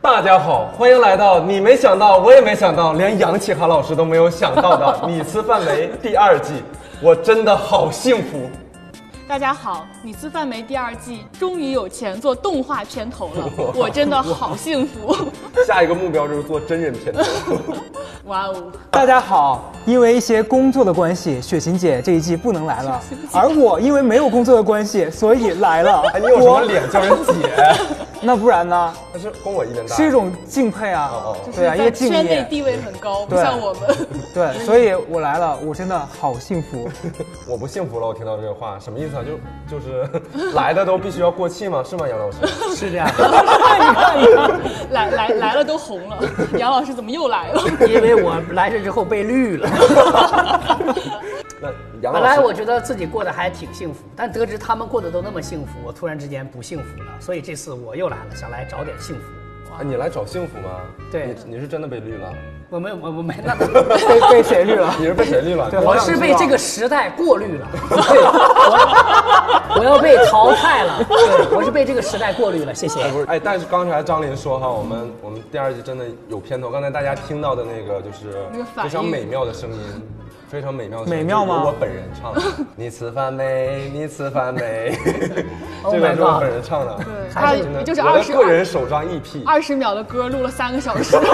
大家好，欢迎来到你没想到，我也没想到，连杨启涵老师都没有想到 的《你吃范围》第二季，我真的好幸福。大家好，《你吃饭没》第二季终于有钱做动画片头 了，我真的好幸福！下一个目标就是做真人 片头。 哇哦，大家好，因为一些工作的关系，雪琴姐这一季不能来了，而我因为没有工作的关系，所以来了。哎，你有什么脸叫人姐？ 那不然呢？他是跟我一年大，是一种敬佩啊，哦哦对啊，一在个敬圈内业，地位很高，不对像我们。对，所以我来了，我真的好幸福。我不幸福了。我听到这个话什么意思啊？就就是来的都必须要过气吗？是吗，杨老 师？是这样的， 来来来了都红了，杨老师怎么又来了？ 因为我来这之后被绿 了。那杨老本师，来我觉得自己过得还挺幸福，但得知他们过得都那么幸福，我突然之间不幸福了。所以这次我又来了，想来找点幸福。啊你来找幸福吗？对你你是真的被绿了？我没有，我我没那， 被被谁绿了？你是被谁绿了？对我好想是知被道这个时代过滤了，对我我要被淘 汰了。对，我是被这个时代过滤了。谢谢。哎，不是，哎，但是刚才张琳说哈，我们我们第二季真的有片头，刚才大家听到的那个就是那个反应非常美妙的声音。非常美妙的声音，美妙吗就是我本人唱 的。你吃饭没？你吃饭没？ Oh 这个 my 是我 god 本人唱的，Oh 对还他真的就是我的22个人首张 E EP。二十秒的歌录了三个 小时， Oh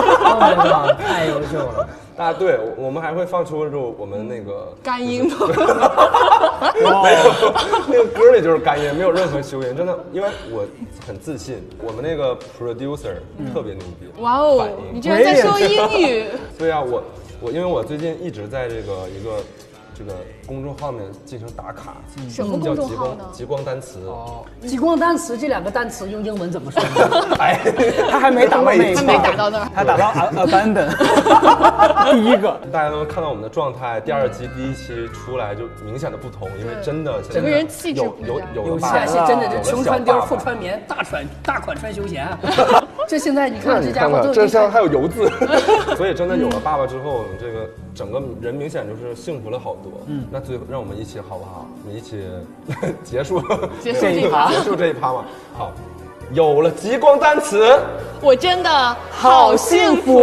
my god，太优秀了！大家对，我我们还会放出就我们那个干音吗？ 没有，那个歌里就是干音，没有任何修音，真的，因为我很自信，我们那个 producer 特别牛逼， 嗯哇反哦，应你居然在说英语！ 对啊，我我因为我最近一直在这个一个这个公众号里面进行打卡， 什么叫嗯公众极号呢哦光？极光单词。极光单词这两个单词用英文怎么说呢？哎，他还没打到那一他步，没打到那儿。他打到 a- abandon，第一个。大家都能看到我们的状态，第二期、第一期出来就明显的不同，因为对真的现在整个人气质有不一有样有有了钱爸是爸真的，有了这穷小穿貂爸儿，富爸穿棉，大穿大款穿休闲。啊这现在你那看这你家看伙看，都这上还有油渍，所以真的有了爸爸之后，这个整个人明显就是幸福了好多。嗯，那最后让我们一起好不好？我们一起 结束结束这一趴结束 这一趴嘛。好，有了极光单词，我真的好幸福，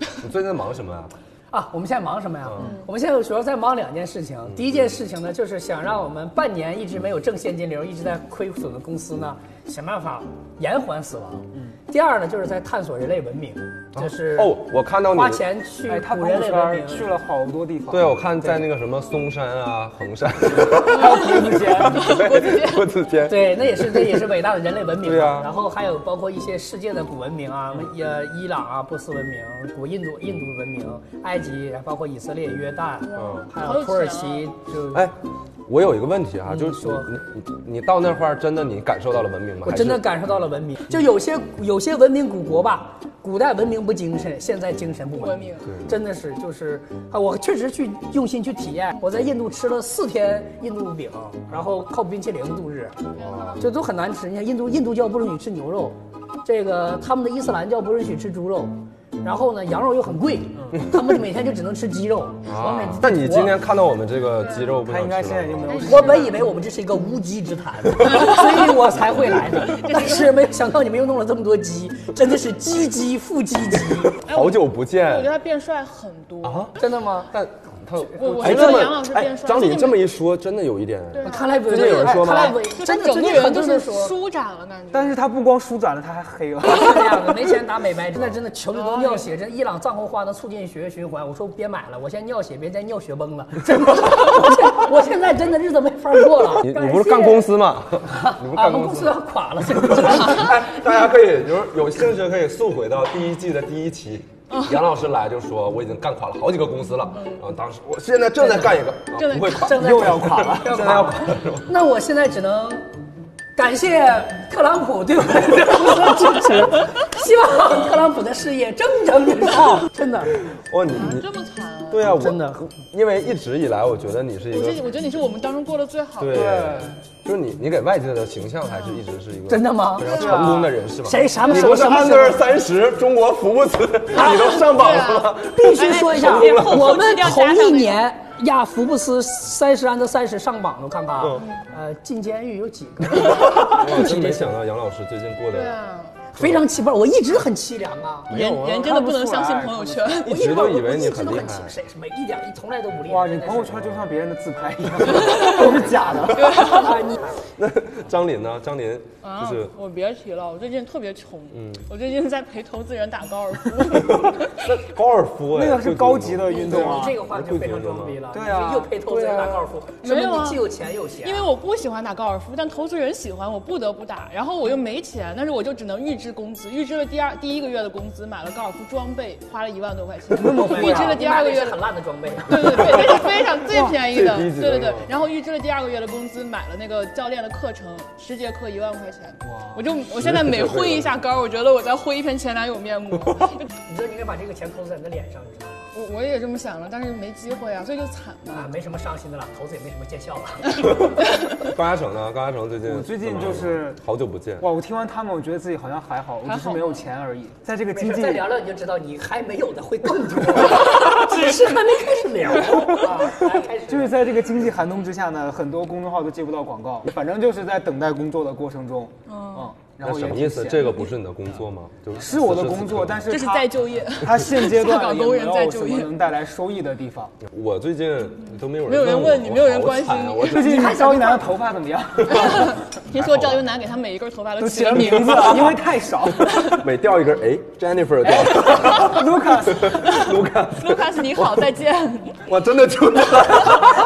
你最近在忙什么啊？啊，我们现在忙什么呀？嗯我们现在主要在忙两件事情。第一件事情呢，就是想让我们半年一直没有挣现金流、一直在亏损的公司呢，想办法延缓死亡。第二呢，就是在探索人类文明，就是嗯哦，我看到你花钱去哎，他古朋友人类文圈 去明。了好多地方。对，啊我看在那个什么嵩山啊、衡山，还有国子监。 我子天， 对，那也是，那也是伟大的人类文明嘛。对啊然后还有包括一些世界的古文明啊，呃，伊朗啊、波斯文明、古印度、印度文明、埃及，然后包括以色列、约旦，嗯还好有有土耳钱啊其，就哎。我有一个问题啊，就你是说你你你到那块儿真的你感受到了文明吗？我真的还是嗯感受到了文明。就有些有些文明古国吧，古代文明不精神，现在精神不文明文明，真的是就是啊，我确实去用心去体验。我在印度吃了四天印度饼，然后靠冰淇淋度日，这都很难吃。你看印度印度教不允许吃牛肉，这个他们的伊斯兰教不允许吃猪肉。然后呢，羊肉又很贵，他们每天就只能吃鸡 肉。我每嗯啊。那你今天看到我们这个肌肉，不他想应该吃现在了已经吗哎没有。我本以为我们这是一个无鸡之谈， 所以我才会来的。但是没有想到你们又弄了这么多鸡，真的是鸡鸡复鸡鸡。好久不我觉得见他变帅很多。啊！真的吗？但他我我哎觉得这么杨老师变哎帅张最琳近这么一说，真的有一点。看来最近有人说吗看来就他真的整个人就是说。 舒展了，感觉。但是他不光舒展了，他还黑了。是这样的，没钱打美白，真的真的求着都尿血，真伊朗藏红花能促进血液循环。我说别买了，我先尿血，别再尿血崩了。 真的，我现我现在真的日子没法过了。你你不是干公司吗？你不是啊，我干们公公司司吗？要垮了，真的。哎， 大家可以就是有兴趣可以速回到第一季的第一期，杨老师来就说我已经干垮了好几个公司了，然后当时我现在正在干一个，啊正在不会垮，正在又要垮了 又现在要垮了是吧？那我现在只能感谢特朗普对我的支持，希望特朗普的事业蒸蒸日上。真的，哇，哦你你这么惨啊！啊对啊，我真的，因为一直以来我觉得你是一我个觉得我觉得你是我们当中过得最好的。对，就是你你给外界的形象还是一直是一个真的吗非常成功的人是吧？谁啥你时不候是什么安时德尔候？三十中国福布斯，你都上榜了吗？必须说一下，哎哎我后后们期要加同上那一个年，亚福布斯三十 under 三十上榜都看吧嗯，呃，进监狱有几个？我真没想到杨老师最近过对得，啊，非常奇怪，我一直很凄凉啊。没有人啊人真的不能相信朋友圈。一直都以为你我一直很都厉很害清，谁是没一点儿从来都不厉害。哇，你朋友圈就像别人的自拍一样， 都是假的。啊， 你那张琳呢？张琳啊就是， 我别提了，我最近特别穷。嗯我最近在陪投资人打高尔夫。那高尔夫哎，那个是贵族高级的运你动啊这。个话就非常装逼了，对啊你又配投资人打高尔夫，说没有明啊你既有钱有闲。因为我不喜欢打高尔夫，但投资人喜欢，我不得不打。然后我又没钱，但是我就只能预支工资，预支了第二第一个月的工资，买了高尔夫装备，花了一万多块钱。那么贵啊预支了第二个月你买的是很烂的装备。 对对对，这是非常最便宜的，最低级的对对对是吧。然后预支了第二个月的工资，买了那个教练的课程，十节课一万块钱。我就我现在每挥一下杆儿，我觉得我在挥一片前男友面膜。 你说你应该把这个钱投资在你的脸上，你知道吗？我我也这么想了，但是没机会啊，所以就惨啊嘛。，没什么伤心的了，投资也没什么见效了。高嘉诚呢？高嘉诚最近我最近怎么就样是好久不见，哇，我听完他们，我觉得自己好像还好，我只是没有钱而已。在这个没经事，济，再聊聊你就知道，你还没有的会更 多，只是还没开始聊啊，还开始。就是在这个经济寒冬之下呢，很多公众号都接不到广告，反正就是在等待工作的过程中，嗯，然那后也什么挺意思？闲这个不是你的工作吗？就是是我的工此时此作，刻但是这是它再就业，它现阶下段岗也工没人在有什就么业能带来收益的地方。我最近都没有没有人问我你没有人我好关心惨啊你我最近赵一楠的头发怎么样？听说赵云楠给他每一根头发都都起起了了名名字字。 了，因为太少。每掉一根，哎，Jennifer 掉了， Lucas，卢卡， Lucas 你好，再见。我真的出来了，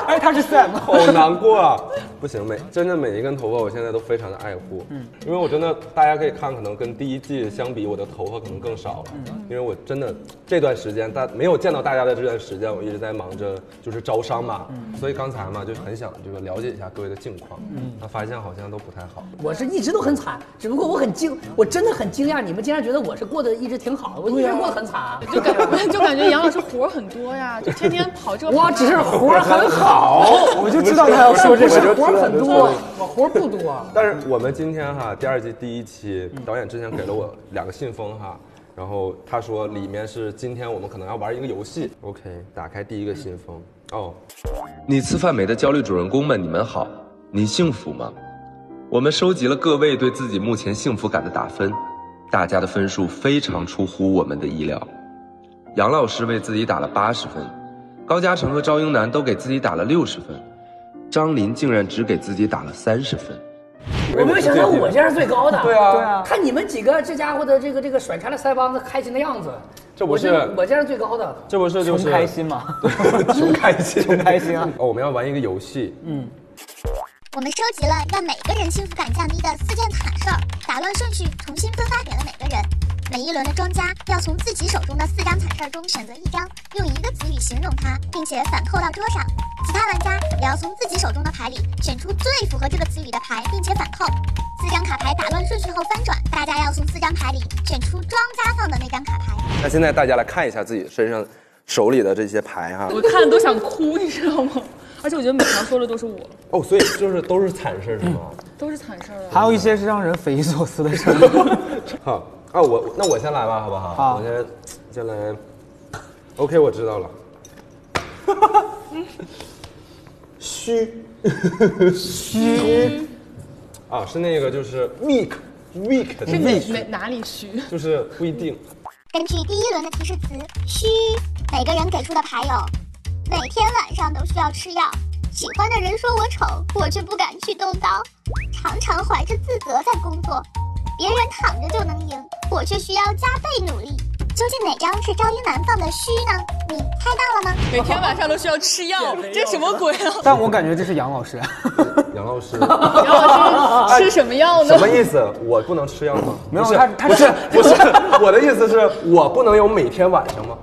哎，他是 Sam。好难过啊！不行，每真的每一根头发，我现在都非常的爱护，嗯，因为我真的，大家可以看，可能跟第一季相比，我的头发可能更少了，因为我真的这段时间，大没有见到大家的这段时间，我一直在忙着就是招商嘛，所以刚才嘛，就很想这个了解一下各位的近况，嗯，那发现好像都不太好，我是一直都很惨，只不过我很惊，我真的很惊讶，你们竟然觉得我是过得一直挺好的，我一直过得很惨。就感 就感觉杨老师活儿很多呀，就天天跑这跑我那。只是活儿 很好，我就知道他要说这事我就知儿。活道儿很多啊对，我活儿不多。啊但是我们今天哈，第二季第一期，导演之前给了我两个信封哈，然后他说里面是今天我们可能要玩一个游戏。OK，打开第一个信封，哦，你吃饭没的焦虑主人公们，你们好，你幸福吗？我们收集了各位对自己目前幸福感的打分，大家的分数非常出乎我们的意料。杨老师为自己打了八十分，高嘉诚和赵英男都给自己打了六十分，张琳竟然只给自己打了三十分。我没有想到我这样是最高的。对啊对啊看你们几个这家伙的这个这个甩开了腮帮子开心的样子，这不是我我这样是最高的。这不是就穷是开心嘛， 穷开 心，穷开心啊！哦，我们要玩一个游戏，我们收集了让每个人幸福感降低的四件惨事儿，打乱顺序，重新分发给了每个人。每一轮的庄家要从自己手中的四张惨事儿中选择一张，用一个词语形容它，并且反扣到桌上。其他玩家也要从自己手中的牌里选出最符合这个词语的牌，并且反扣。四张卡牌打乱顺序后翻转，大家要从四张牌里选出庄家放的那张卡牌。那现在大家来看一下自己身上、手里的这些牌嗯哈。我看都想哭，你知道吗？而且我觉得每条说的都是我，哦，所以就是都是惨事儿是吗？都是惨事儿啊。还有一些是让人匪夷所思的事 儿。好，啊，我那我先来吧，好不好？好我先先来。OK，我知道了。虚，虚，啊，是那个就是 weak weak 的是哪 weak，哪哪里虚？就是不一定。根据第一轮的提示词“虚”，每个人给出的牌有：每天晚上都需要吃药，喜欢的人说我丑，我却不敢去动刀，常常怀着自责在工作，别人躺着就能赢，我却需要加倍努力。究竟哪张是赵英男放的虚呢？你猜到了吗？每天晚上都需要吃药，这什么鬼啊？但我感觉这是杨老师，杨老师，杨老 师吃什么药呢什？么意思？我不能吃药吗？没有不是他他不是是不是，我的意思是我不能有每天晚上吗？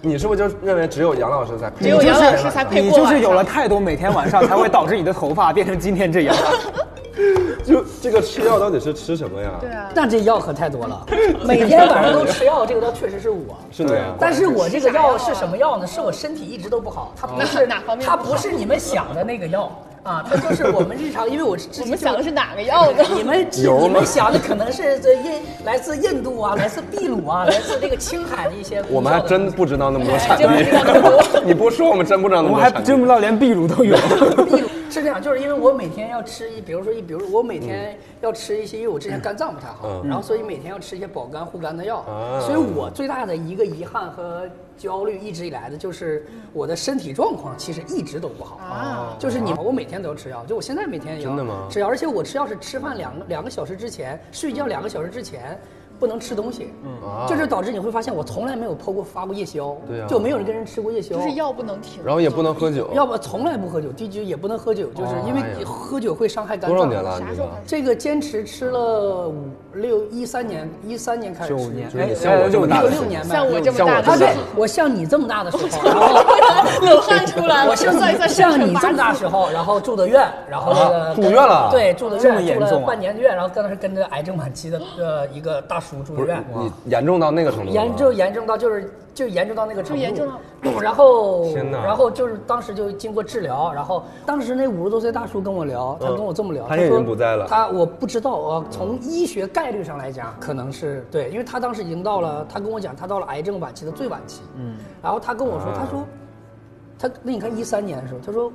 你是不是就认为只有杨老师才配？只有杨老师才配你过就晚是有了上。太多每天晚上才会导致你的头发变成今天这样。就这个吃药到底是吃什么呀？对啊，那这药可太多了，每天晚上都吃药，这个倒确实是我。是你啊。但是我这个哦药是什么药呢？是我身体一直都不好，它不是哪哪方面它不是你们想的那个药，啊，它就是我们日常，因为我是之我前们就想的是哪个药呢？你们油吗你们想的可能是这印来自印度啊，来自秘鲁啊，来自这个青海的一些。我们还真不知道那么多产真不知道那么地， 你不说我们真不知道那 我么还多产真不地。知道连秘鲁都 有。哎秘鲁是这样，就是因为我每天要吃一，比如说一，比如我每天要吃一些，因为我之前肝脏不太好，嗯然后所以每天要吃一些保肝护肝的药，啊所以我最大的一个遗憾和焦虑一直以来的就是我的身体状况其实一直都不好。啊，就是你，我每天都要吃药，就我现在每天也要真的吗吃药，而且我吃药是吃饭两个两个小时之前，睡觉两个小时之前。不能吃东西，啊嗯，这就导致你会发现我从来没有剖过发过夜宵，对啊就没有人跟人吃过夜宵，就是药不能停。然后也不能喝酒，要不从来不喝酒，第一局也不能喝酒，就是哎因为呀喝酒会伤害肝脏。多少年了？啥你时这候个开始？这个坚持吃了五六一三年，一三年开始九吃，年就是哎你像我这么大六的六时年候，吧，像我这么像我大这啊，么大的对，我像你这么大的时候，然后冷汗出来了。我像算一你算，像你这么大时时候，然后住的院，然后那个啊住院了对，住的院这么严重啊住了半年的院，然后当时跟着癌症晚期的呃一个大叔住不的是院，你严重到那个程度吗？严就严重到就是就严重到那个程就度，严重到然后天哪然后就是当时就经过治疗，然后当时那五十多岁大叔跟我聊，他嗯跟我这么聊，他现在说已经不在了他我不知道啊，从医学概率上来讲，可能是对，因为他当时已经到了，他跟我讲他到了癌症晚期的最晚期，嗯，然后他跟我说，啊他说他那你看一三年的时候，他说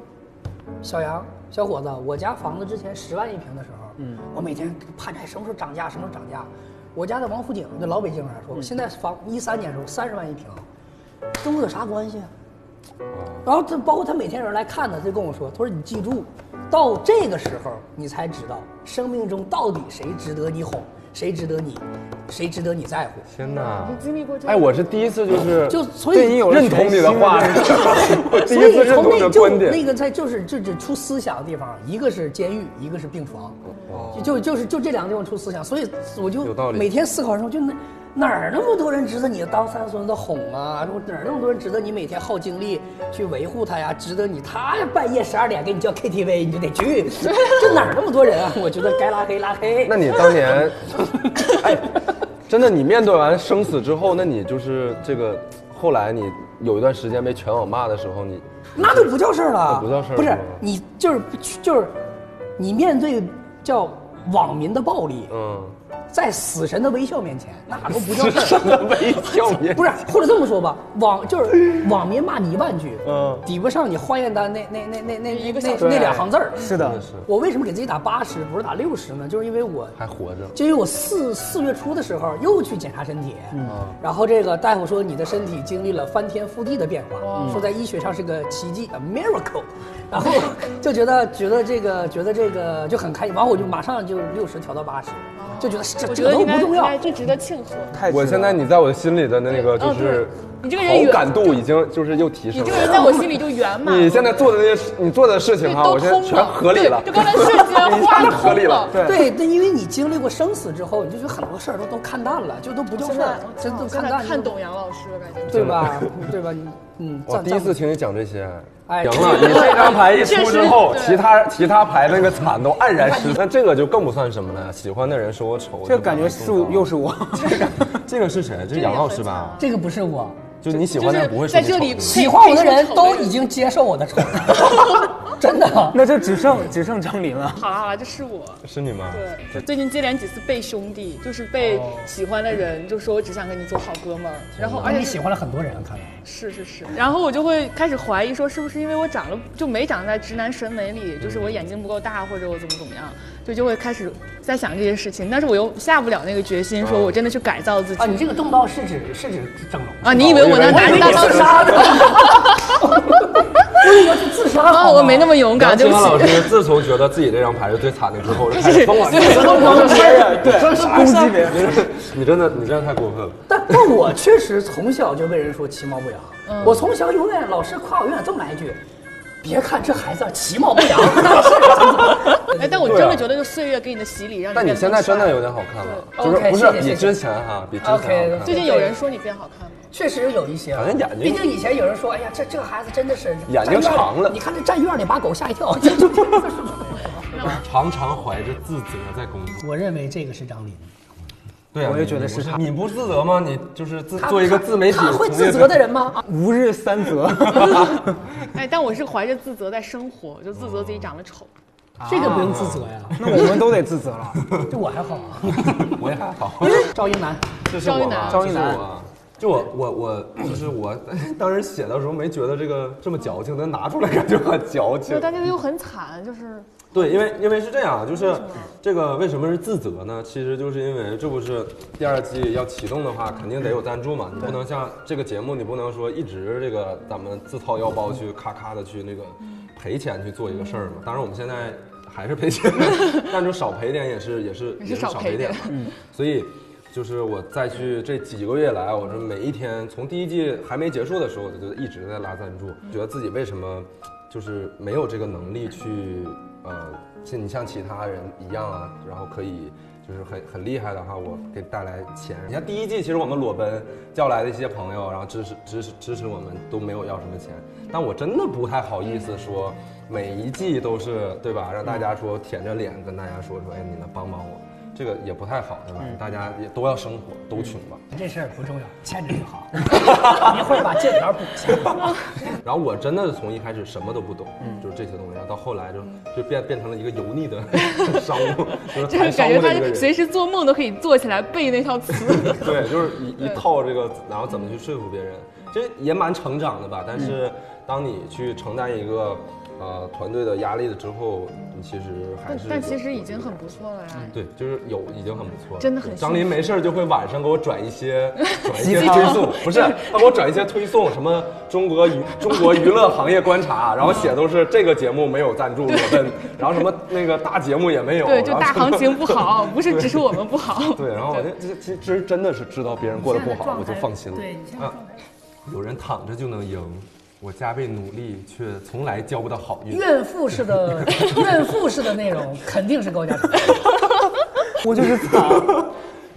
小杨小伙子，我家房子之前十万一平的时候，嗯，我每天盼着哎什么时候涨价，什么时候涨价。我家的王府井，就老北京人来说，现在房一三年的时候三十万一平，跟我有啥关系啊？然后这包括他每天有人来看他，他就跟我说，他说你记住，到这个时候你才知道生命中到底谁值得你哄，谁值得你，谁值得你在乎。天哪！经历过这个哎，我是第一次就是就所以有了认同你的话，我 第所一次以认从同你那的就观点。那个在就是就是出思想的地方，一个是监狱，一个是病房，就就就是就这两个地方出思想，所以我就哦有道理每天思考的时候就那。哪儿那么多人值得你当三孙子哄啊？然后哪儿那么多人值得你每天耗精力去维护他呀？值得你他半夜十二点给你叫 KTV 你就得去， 这哪儿那么多人啊？我觉得该拉黑拉黑那。你当年， 哎，真的，你面对完生死之后，那你就是这个，后来你有一段时间被全网骂的时候，你那都不叫事儿了，那不叫事儿不是是吗你就是就是你面对叫网民的暴力，嗯，在死神的微笑面前，那都不叫事 真儿。的微笑面不是，或者这么说吧，网就是网民骂你一万句，嗯抵不上你化验单那那那那那一那个小那时那两行字儿。是的真的是我为什么给自己打八十，不是打六十呢？就是因为我还活着，就因为我四四月初的时候又去检查身体，嗯然后这个大夫说你的身体经历了翻天覆地的变化，说在医学上是个奇迹 ，a miracle，然后就觉得觉得这个觉得这个就很开心，完后我就马上就六十调到八十，就觉得这哦我这觉个得都应不该重应要该，这值得庆贺。太我值得现在你在我心里的那个就对是哦，对你这个人好感度已经就是又提你升这个人了。在我心里就圆满了。你现在做的那些事你做的事情对哈，都我现在通全合理了对，就刚才瞬 间一画下通子合理了。对对，那因为你经历过生死之后，你就觉得很多事儿都都看淡了，就都不叫现事儿在，真都我看现在淡，看懂杨老师了，感觉。对吧？对吧？你嗯，我赞第一次赞听你讲这些，哎行了，你这张牌一确出实之后，对其他其他牌那个惨都黯然失色。那这个就更不算什么了，喜欢的人说我丑，这就感觉不是能动又是我， 它这个是谁？这是杨老师吧？这个不是我，就你喜啊就欢的 是人不会说在你丑这里对不对喜欢我的人都已经接受我的丑， 真的。那这只剩只剩张琳了。好了好了，这是我。是你吗？对，最近接连几次被兄弟，就是被喜欢的人就说我只想跟你做好哥们儿，然后而且啊你是喜欢了很多人，看来是是是，然后我就会开始怀疑说，是不是因为我长得就没长在直男审美里，就是我眼睛不够大，或者我怎么怎么样，就就会开始在想这些事情，但是我又下不了那个决心，说我真的去改造自己啊，你这个动刀是指是指整容啊！你以为我能拿着大刀自 杀的？我以为是自杀啊？我没那么勇敢，杨对清不芳 老起。师自从觉得自己这张牌是最惨的之 后，就开是始疯了。对，攻击别人。你真的，你真的太过分了。但但我确实从小就被人说其貌不扬，我从小永远老师夸我，永远这么来一句：别看这孩子啊其貌不扬，哎，但我对啊真的觉得，就岁月给你的洗礼，让你但你变得现在更帅真的有点好看了，对就是 OK，不是谢谢比谢谢之前哈，比之前好 OK，看。最近有人说你变好看吗？ 确实有一些啊好像眼睛毕竟以前有人说，哎呀，这这孩子真的是眼睛长了你看这站院里把狗吓一跳。常常怀着自责在工作。我认为这个是张琳，对啊，我也你觉得你是不他你不自责吗？你就是自他 做一个自媒体他会从自业责的人吗？啊吾日三 责。哎，但我是怀着自责在生活，就自责自己长得丑。这个不用自责呀，那我们都得自责了。对我还好。我也还好，赵英男， 这是赵一我楠吗？赵一这是楠我啊。就我我我就是我， 当时写的时候没觉得这个这么矫情，但拿出来感觉很矫情对，。但这个又很惨，就是对，因为因为是这样，啊就是这个为什么是自责呢？其实就是因为这不是第二季要启动的话，肯定得有赞助嘛，你不能像这个节目，你不能说一直这个咱们自掏腰包去咔咔的去那个赔钱去做一个事儿嘛。当然我们现在还是赔钱， 但就少赔点也是也是也是也是少少赔赔点点嘛。所以就是我再去这几个月来，我是每一天从第一季还没结束的时候，我就一直在拉赞助，觉得自己为什么就是没有这个能力去呃，像你像其他人一样啊，然后可以。就是很很厉害的话，我给带来钱。你看第一季，其实我们裸奔叫来的一些朋友，然后支持支持支持我们，都没有要什么钱。但我真的不太好意思说，每一季都是对吧？让大家说舔着脸跟大家说说，哎，你能帮帮我。这个也不太好，对吧？嗯大家也都要生活，都穷吧。这事儿不重要，牵着 就好。一会儿把借条补一下。然后我真的是从一开始什么都不懂，嗯就是这些东西，然后到后来就就变变成了一个油腻的 商 务，就是就谈是商感务觉的一个他随人。时做梦都可以坐起来背那套词。 对，就是一一套这个，然后怎么去说服别人，其实也蛮成长的吧。但嗯是当你去承担一个呃团队的压力了之后，你其实还但是但其实已经很不错了呀。对，就是有已经很不错了，真的很对幸张琳没事儿就会晚上给我转一 些转一鸡些汤推送，不是他给我转一些推送，什么中国娱中国娱乐行业观察，啊然后写都是这个节目没有赞助裸奔，然后什么那个大节目也没有，对，就然后大什么 行情不好，不是只是我们不好。哦对，然后我就这这其实真的是知道别人过得不好，我就放心了。对你现在啊，有人躺着就能赢，我加倍努力却从来交不到好运。怨妇式的怨妇式的内容肯定是高嘉诚。我就是惨。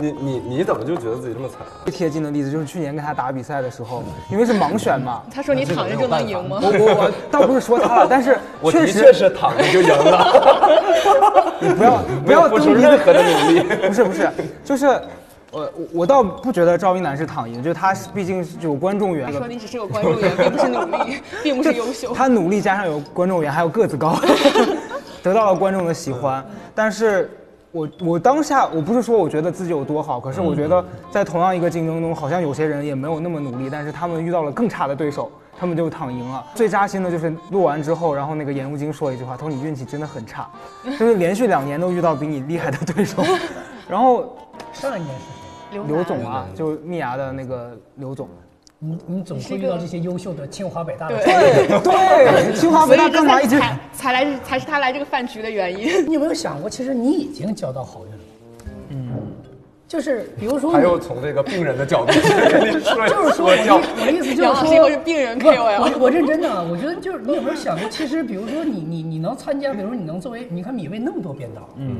你你你怎么就觉得自己这么惨？啊最贴近的例子就是去年跟他打比赛的时候，因为是盲选嘛，他说你躺着就能赢吗我？ 我我倒不是说他了，但是 我确的实确是躺着就赢了。你不要不要付蹬出鼻任子何的努力。不是不是，就是我我我倒不觉得赵一楠是躺赢，就是他是毕竟是有观众缘他，说你只是有观众缘，并不是努力，并不是优秀。他努力加上有观众缘，还有个子 高，得到了观众的喜欢。但是我我当下我不是说我觉得自己有多好，可是我觉得在同样一个竞争中，好像有些人也没有那么努力，但是他们遇到了更差的对手，他们就躺赢了。最扎心的就是录完之后，然后那个颜如晶说一句话，她说你运气真的很差，就是连续两年都遇到比你厉害的对 手，然后 上一件事情，刘总啊，就蜜芽的那个刘总。你你总会遇到这些优秀的清华北大的。对对，清华所北以大这干嘛才一直才才来才是他来这个饭局的原因。你有没有想过，其实你已经交到好运了？嗯，就是比如说还你，有从这个病人的角度去 跟你说，就是说说我的意教我的意思杨就是老说，师以后是病人不 KOL 我。我认真的啊，我觉得就是你有没有想过，其实比如说你你你能参加，比如说你能作为，你看米未那么多编导，嗯，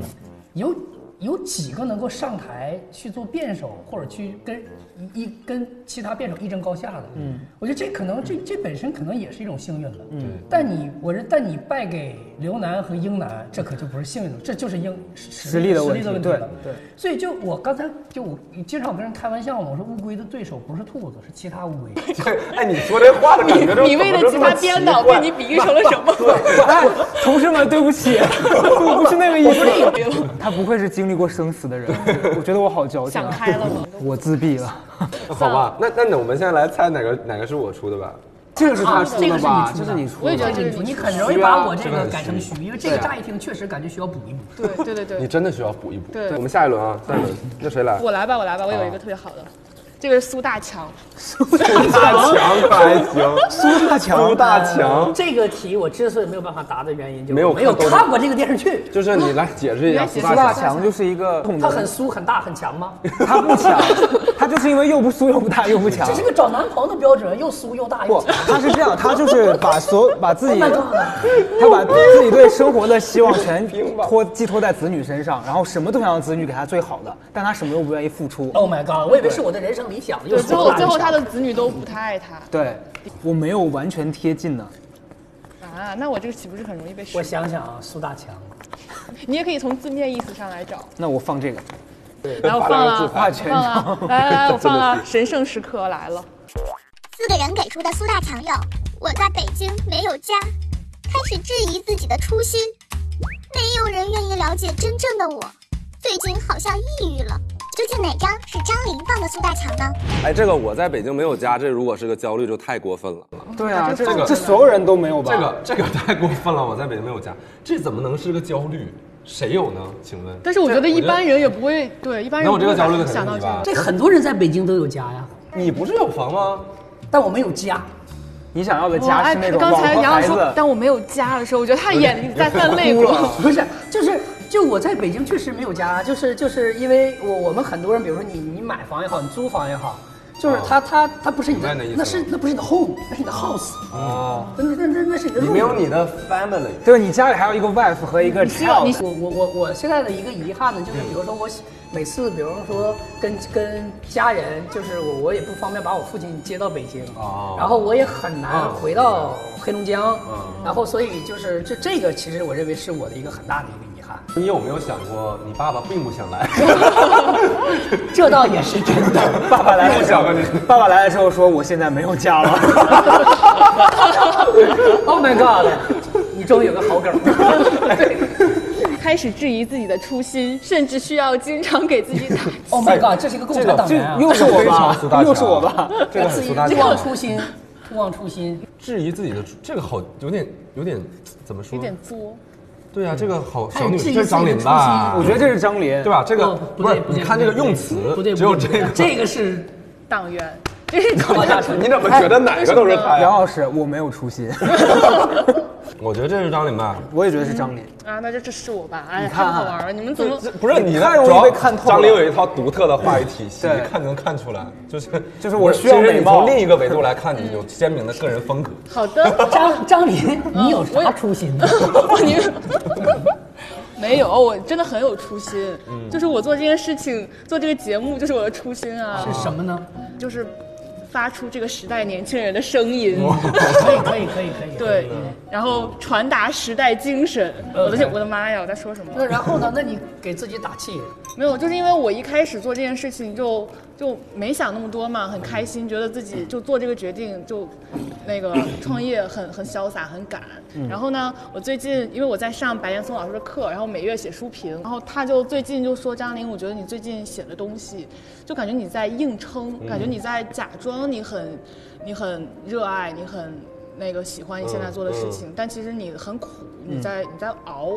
有有几个能够上台去做辩手，或者去跟一一跟其他辩手一争高下的，嗯，我觉得这可能这这本身可能也是一种幸运了，嗯，但你我认，但你败给刘楠和英楠，这可就不是幸运了，这就是英实实力的实问力题的问题对了，对。所以就我刚才就我经常跟人开玩笑嘛，我说乌龟的对手不是兔子，是其他乌龟。哎，你说这话的感觉就你为了其他编导被你比喻成了什么？哎，同事们，对不起，我不是那个意我不是思。他不愧是经历过生死的人，我觉得我好矫情想啊！开了吗？我自闭了，好吧？那那我们现在来猜哪个哪个是我出的吧？这个是他出的吧？这是你出我也觉的得。这是你你。很容易把我这个改成虚，因为这啊个乍一听确实感觉需要补一补。对对对你对，真的需要补一补。对我们下一轮啊，下一轮，那谁来？我来吧，我来吧，我有一个特别好的，这个是苏大强。大强可还行，苏大强，苏大强，这个题我之所以没有办法答的原因，就是没有我没有看过看过这个电 视剧。就是你来解释一下苏苏大大强。强就是一个他很苏很大很 强吗？他不强， 他就是因为又不苏又不大又不啊强这。是个找男朋友的标准，又苏又大又不，强。他是这样，他就是把所 有把自己 Oh my god 他把自己对生活的希望 全托寄托在子女身上，然后什么都想让子女给他最好的，但他什么都不愿意付出。 Oh my god！我以为是我的人生理想，又对，苏最又后大最又后他强。的子女都不太爱他对，我没有完全贴近呢。啊，那我这个岂不是很容易被识我？想想啊，苏大强， 你也可以从字面意思上来找，哎那我放这个，来，我放了，画全放了， 来来来，我放了，神圣时刻来了。四个人给出的苏大强有：我在北京没有家，开始质疑自己的初心，没有人愿意了解真正的我，最近好像抑郁了。究竟哪张是张琳放的苏大强呢？哎，这个我在北京没有家，这如果是个焦虑就太过分了。 对啊，这这个这所有人都没有吧？这个这个太过分了，我在北京没有家，这怎么能是个焦虑？谁有呢？请问？但是我觉得一般人也不会，对一般人那我这个不会焦虑的肯想定是到你这个吧。？这很多人在北京都有家呀，你不是有房吗？但我没有家。你想要的哇家哎是那种刚才老婆杨孩洋说，子，但我没有家的时候，我觉得他 眼睛在泛泪光。不是，就是就我在北京确实没有家，就是就是因为我我们很多人，比如说你你买房也好，你租房也好，就是它、它它不是你哦的明白你的意，思那是那不是你的 home，那是你的 house，哦，那那那那是你的你没有 room。你的 family，对你家里还有一个 wife 和一个希望 child，你我我我我现在的一个遗憾呢，就是嗯比如说我喜每次，比如说跟跟家人，就是我我也不方便把我父亲接到北京，哦然后我也很难嗯回到黑龙江，嗯然后所以就是就这个，其实我认为是我的一个很大的一个遗憾。你有没有想过你爸爸并不想 来？这倒也是真的。爸爸来的时候我想问，爸爸来的时候说我现在没有家了。 Oh my god！你终于有个好梗。对 开始质疑自己的初心，甚至需要经常给自己 打嗯气。 ，Oh my god！这是一个共产党 这员啊！又是非我常苏大吧，强又是我吧。这个很苏大自己强忘，初心，勿忘初心。质疑自己的这个好有点有点怎么说？有点作，对啊，这个好他小女，质疑这是张琳吧？ 嗯我觉得这是张琳，对？吧？这个哦不是对，对你看这个用词不对，，不对只有不这对个。这个是党员，这是高党大员。上。你怎么觉得哪个都哎是他杨呀？老师，我没有初心，我觉得这是张琳吧。 我也觉得是张琳。啊，那就这是我吧，哎呀，你太看啊好玩了！你们怎么这不是你太看容易主要被看透了张琳有一套独特的话语体系， 对一看就能看出来，就是就是我不需要其实美你貌从另一个维度来看，你有鲜明的个人风格。好的？ 张张琳，你有我有啥初心？你们 没有，我真的很有初心，嗯就是我做这件事情，做这个节目，就是我的初心啊，是什么呢？就是发出这个时代年轻人的声音。可以，可以，可以，可以。对，然后传达时代精神。我的天我的妈呀，我在说什么？那然后呢？那你给自己打气。没有，就是因为我一开始做这件事情就就没想那么多嘛，很开心，觉得自己就做这个决定就那个创业很很潇洒，很敢。然后呢，我最近因为我在上白岩松老师的课，然后每月写书评，然后他就最近就说张琳，我觉得你最近写的东西，就感觉你在硬撑，感觉你在假装你很你很热爱，你很。那个喜欢你现在做的事情，但其实你很苦，你在、你在熬，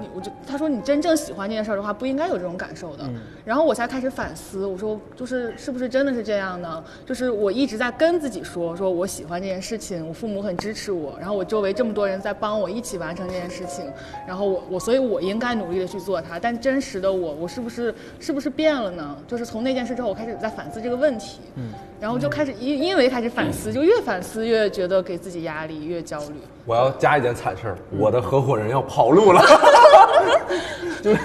你我就他说你真正喜欢这件事儿的话，不应该有这种感受的。然后我才开始反思，我说就是是不是真的是这样呢？就是我一直在跟自己说，说我喜欢这件事情，我父母很支持我，然后我周围这么多人在帮我一起完成这件事情，然后我我所以我应该努力的去做它。但真实的我，我是不是是不是变了呢？就是从那件事之后，我开始在反思这个问题。嗯。然后就开始因因为开始反思，就越反思越觉得给自己压力，越焦虑。我要加一件惨事儿，嗯我的合伙人要跑路了， 没有，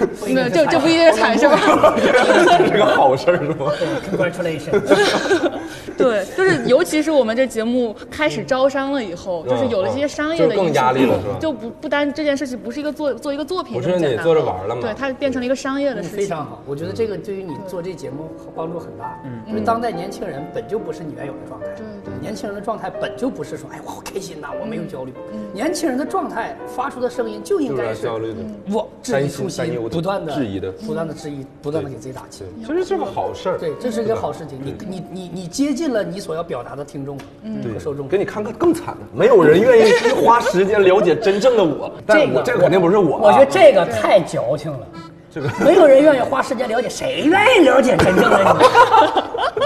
这这不一定是惨是吧？ 这是个好事儿是吗？ Congratulations！对，就是尤其是我们这节目开始招商了以后，就是有了这些商业的嗯就更因素压力了是吧就不不单这件事情不是一个做做一个作品不这么是简你单坐着玩儿了吗对，它变成了一个商业的事情。嗯非常好，我觉得这个对于你做这节目帮助很大。嗯，因为当代年轻人本就不是你原有的状态。对对嗯年轻人的状态本就不是说，哎，我好开心呐、我没有焦虑。年轻人的状态发出的声音就应就是该来是嗯焦虑的。我质疑初担心忧担忧，的不断的质疑的不断的质疑，不断的给自己打气。其实是个好事儿，对，这是一个好事情。你你你你接近了你所要表达的听众嗯和受众给。你看看更惨的，没有人愿意花时间了解真正的 我。但我这个肯定不是我啊，我觉得这个太矫情了。这个没有人愿意花时间了解，谁愿意了解真正的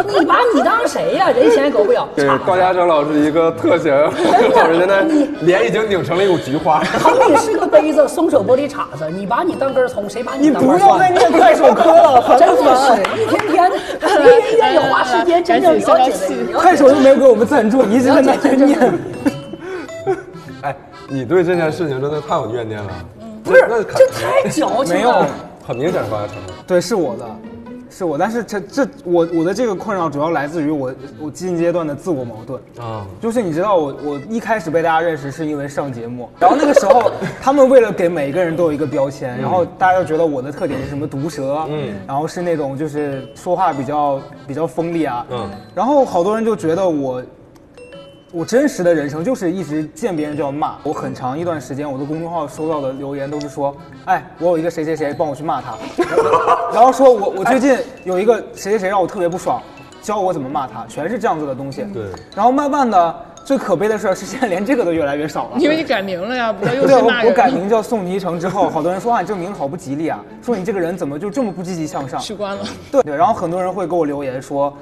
你？你把你当谁呀、人嫌狗不咬。给高嘉诚老师一个特 写，老人现在脸已经拧成了一股菊花。捧你是个杯子，松手玻璃碴子，你把你当根葱，谁把你你当不瓣要蒜再？念快手歌了，烦真不的烦？是，一天天，一天天也花时间真正了解的你。快手又没有给我们赞助，你一直在了那解边真正的念你。哎，你对这件事情真的太有怨念了。嗯不是那，这肯定太矫情没有了。很明显是高嘉诚。对，是我的。是我，但是这这我我的这个困扰主要来自于我我近阶段的自我矛盾。啊，就是你知道我我一开始被大家认识是因为上节目，然后那个时候他们为了给每个人都有一个标签，然嗯后大家就觉得我的特点是什么毒舌，嗯，然后是那种就是说话比较比较锋利啊，嗯嗯，然后好多人就觉得我。我真实的人生就是一直见别人就要骂，我很长一段时间我的公众号收到的留言都是说，哎，我有一个谁谁谁帮我去骂他， 然后说我我最近有一个谁谁谁让我特别不爽，教我怎么骂他，全是这样子的东西。对然后慢慢的，最可悲的事儿是，现在连这个都越来越少了。因为你改名了呀，不然又对，啊是我骂人。我改名叫宋尼城之后，好多人说啊，你这个名字好不吉利啊，说你这个人怎么就这么不积极向上？ 取关了。对对，然后很多人会给我留言说，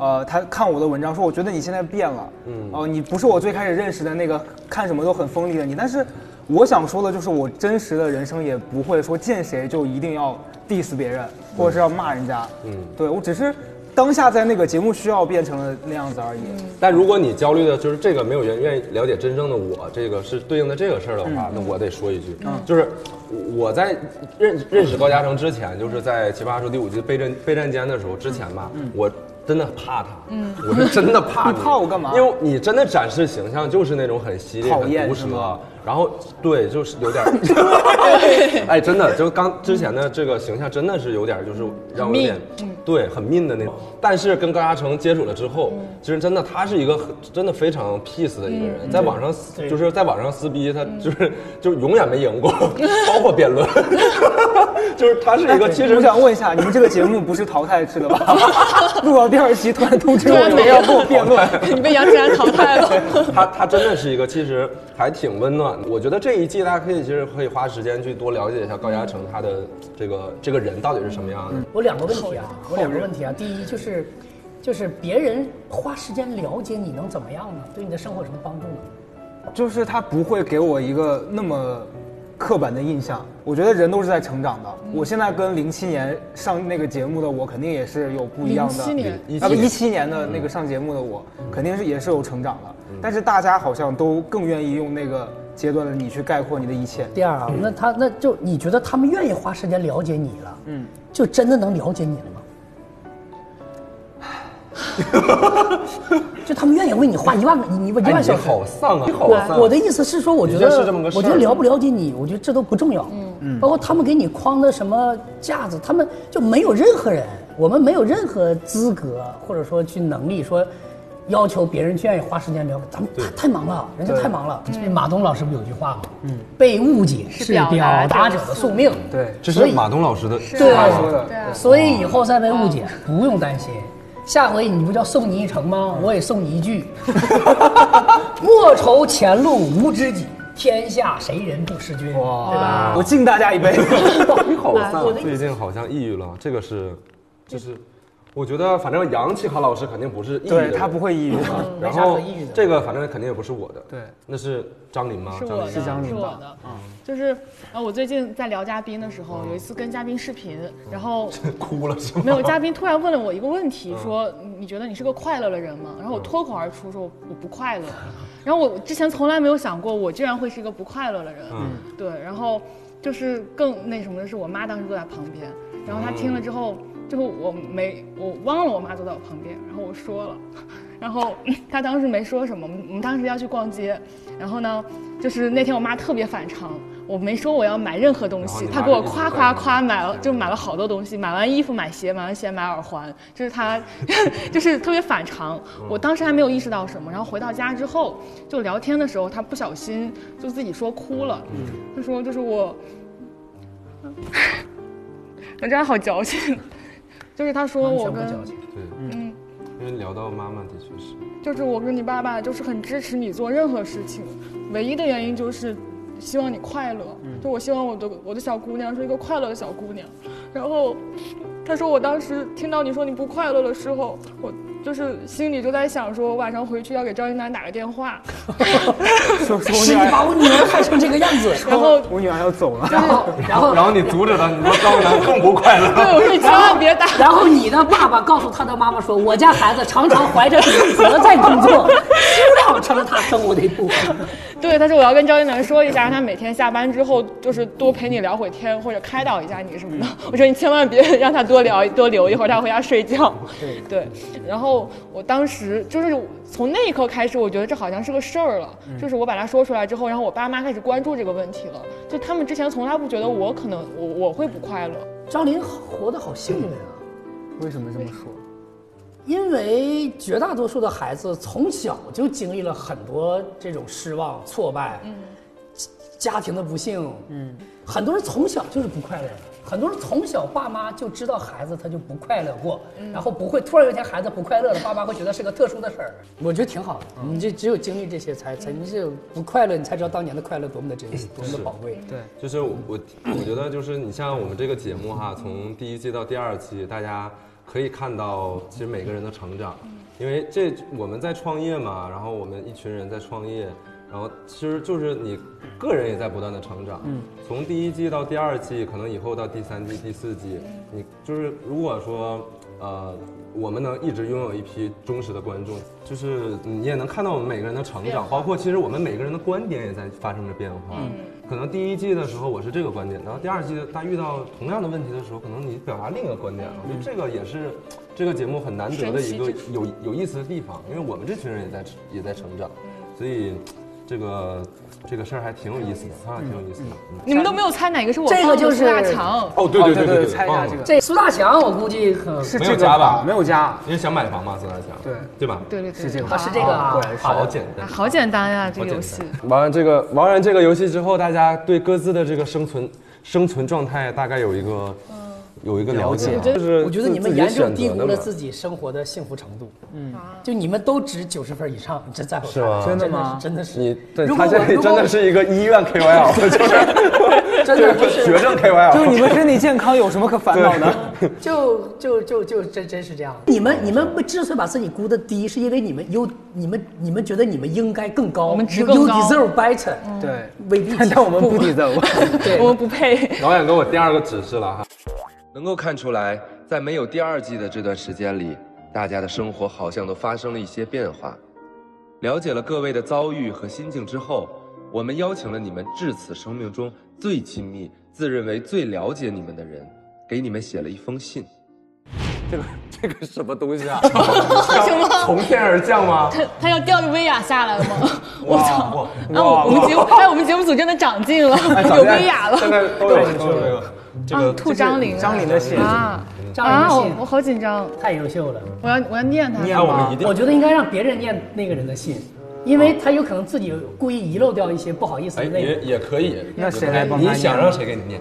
呃，他看我的文章说，我觉得你现在变了，嗯，哦、你不是我最开始认识的那个看什么都很锋利的你，但是我想说的就是，我真实的人生也不会说见谁就一定要 diss 别人，或者是要骂人家，嗯，对我只是当下在那个节目需要变成了那样子而已。嗯但如果你焦虑的就是这个没有人愿意了解真正的我，这个是对应的这个事儿的嗯话，那我得说一句，就是我在认认识高嘉诚之前，就是嗯在《奇葩说》第五季备战备战间的时候之前吧，我。真的怕他，我是真的怕你。嗯 你怕我干嘛因为你真的展示形象就是那种很犀利、讨很厌毒是舌吗，然后对，就是有点儿，哎，真的，就是刚之前的这个形象真的是有点儿，就是让我有点对很 mean 的那种。但是跟高嘉诚接触了之后，其实真的他是一个很真的非常 peace 的一个人，在网上撕就是在网上撕逼，他就是就永远没赢过，包括辩论， 就是他是一个其实我想问一下，你们这个节目不是淘汰制 的吧？录到第二期突然通知我突然有没人有要跟我辩 论，你被杨紫然淘汰了。他他真的是一个其实还挺温暖的。我觉得这一季大家可以其实可以花时间去多了解一下高嘉诚他的这个这个人到底是什么样的。我两个问题啊，我两个问题啊。第一就是，就是别人花时间了解你能怎么样呢？对你的生活有什么帮助呢？就是他不会给我一个那么刻板的印象。我觉得人都是在成长的。我现在跟零七年上那个节目的我，肯定也是有不一样的。 07年啊不，一七年的那个上节目的我，肯定是也是有成长的。但是大家好像都更愿意用那个阶段的你去概括你的一切。第二啊，嗯那他那就你觉得他们愿意花时间了解你了，嗯，就真的能了解你了 吗？就他们愿意为你花一万个一一万一哎，万你小时。好丧啊！你好我丧。我的意思是说，我觉你得这是这么个事儿我觉得了不了解你，我觉得这都不重要。嗯包括他们给你框的什么架子，他们就没有任何人，我们没有任何资格或者说去能力说。要求别人去愿意花时间了解，咱们太太忙了，人家太忙了。这马东老师不有句话吗？嗯，被误解嗯是表表达达者者的的宿宿命。对，这所是以马东老师的，对他说的。对啊所以以后再被误解，不用担心。下回你不叫送你一程吗？我也送你一句：莫愁前路无知己，天下谁人不识君。哇，对吧？我敬大家一杯。你好我丧。的意思最近好像抑郁了，这个是，就是，我觉得反正杨奇涵老师肯定不是抑郁的 对人，他不会抑郁的。然没啥后可抑郁的这个反正肯定也不是我的，嗯对，那是张琳吗？是张我的，琳是张琳我吧的，就是啊，我最近在聊嘉宾的时候，有一次跟嘉宾视频，然后哭了是吗？没有嘉宾突然问了我一个问题，说你觉得你是个快乐的人吗？然后我脱口而出说我我不快乐，然后我之前从来没有想过我居然会是一个不快乐的人，对，然后就是更那什么的是我妈当时坐在旁边，然后她听了之后，哦就是我没我忘了我妈坐在我旁边，然后我说了。 然后她当时没说什么，我们我们当时要去逛街，然后呢，就是那天我妈特别反常，我没说我要买任何东西，然她后给你妈我就一直夸在夸那夸他买了，就买了好多东西，买完衣服、买鞋、买完鞋、买耳环，就 是他，就是特别反常。嗯我当时还没有意识到什么，然后回到家之后，就聊天的时候，他不小心就自己说哭了，他说就是我， 人家好矫情， 就是他说我完全不矫跟情。对，嗯，因为聊到妈妈的确是，就是我跟你爸爸就是很支持你做任何事情，唯一的原因就是希望你快乐。嗯就我希望我的我的小姑娘是一个快乐的小姑娘。然后他说我当时听到你说你不快乐的时候，我就是心里就在想说，我晚上回去要给张一楠打个电话。说说我是女你儿，把我女儿害成这个样子，然后 我女儿要走了。然后然后然后你阻止他，你说高楠更不快乐。对我说你 千万别打。然后你的爸爸告诉他的妈妈说：“我 家孩子常常怀着指责在工作，修养成了他生活的一部分。对，他说我要跟赵一楠说一下，让他每天下班之后就是多陪你聊会天，或者开导一下你什么的。嗯 我说你千万别让他多聊多留一会儿，他回家睡 觉。对，然后我当时就是从那一刻开始，我觉得这好像是个事儿了，嗯就是我把它说出来之后，然后我爸妈开始关注这个问题了，就他们之前从来不觉得我可能我我会不快乐。张琳活得好幸运啊，为什么这么说？因为绝大多数的孩子从小就经历了很多这种失望、挫败，家家庭的不幸，嗯，很多人从小就是不快乐的，很多人从小爸妈就知道孩子他就不快乐过，然后不会突然有一天孩子不快乐了，爸妈会觉得是个特殊的事儿，我觉得挺好的。嗯你这只有经历这些才才，你只有不快乐，你才知道当年的快乐多么的珍惜，多么的宝贵。对，就是我我我觉得就是你像我们这个节目哈，从第一季到第二季，大家可以看到其实每个人的成长，因为这我们在创业嘛，然后我们一群人在创业，然后其实就是你个人也在不断的成长，从第一季到第二季，可能以后到第三季、第四季，你就是如果说呃。我们能一直拥有一批忠实的观众，就是你也能看到我们每个人的成长，包括其实我们每个人的观点也在发生着变化。嗯可能第一季的时候我是这个观点，然后第二季他遇到同样的问题的时候，可能你表达另一个观点了。我觉嗯得这个也是这个节目很难得的一个神奇有有意思的地方，因为我们这群人也在也在成长，嗯所以这个这个事儿还挺有意思的啊，挺有意思的。嗯你们都没有猜哪个是我这个放的就是苏大强，哦，对哦对对对对，猜一忘下了这个，这苏大强，我估计可是没这有个加吧吧？没有加， 因为想买房嘛，孙大强，对对吧？对对对，是这个，好啊是这个啊啊对，好简单啊。好简单呀、这好个简游单戏。玩完这个玩完这个游戏之后，大家对各自的这个生存生存状态大概有一个有一个了解。了解就是嗯我觉得自你们严重己选低择估的了嘛自己生活的幸福程度。嗯，就你们都值九十分以上，这在我是看吗真来真的的吗是真的 是。你对如果他我这里如果真的是一个医院 KOL，就是真的不就是是学生 KOL，就是你们身体健康有什么可烦恼的？就就就就真真是这样。你们你们之所以把自己估得低，是因为你们优，你们你们觉得你们应该更高，我们值 you- 更 you 高嗯 deserve better，对，未必。但我们不 deserve。 对我，们不 配。导演给我第二个指示了哈。能够看出来，在没有第二季的这段时间里，大家的生活好像都发生了一些变化。了解了各位的遭遇和心境之后，我们邀请了你们至此生命中最亲密、自认为最了解你们的人，给你们写了一封信。这个什么东西啊？从天而降吗？他要吊着威亚下来了吗？我操！啊，哇哎我我们节目，哎，我们节目组真的长进了， 有威亚现了。在都有都有这个这啊，个吐张琳了，啊张琳的信啊张啊！琳的我信我好紧张，太优秀了。我要我要念他。那我们一定我觉得应该让别人念那个人的信，因为他有可能自己故意遗漏掉一些不好意思哎的内也容。也可以。那谁来帮他你念想让谁给你念？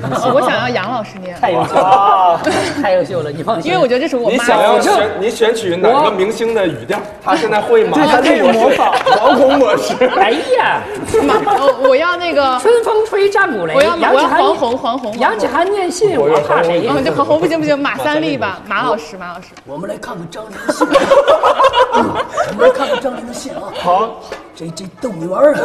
我想要杨老师念，太优秀了， 太优秀了，你放心。因为我觉得这是我你妈。想要选你选取哪个明星的语调？他现在会吗？对，他这个模 仿， 毛孔模式。哎呀，我我要那个，春风吹战鼓擂，我要杨我子要涵黄宏黄宏。杨子涵。涵念信，我怕谁嗯，这黄宏不行不行，马三立吧，马老师马老师。我们来看看张琳的信，我们来看看张琳的信啊。好，这这逗你玩儿啊！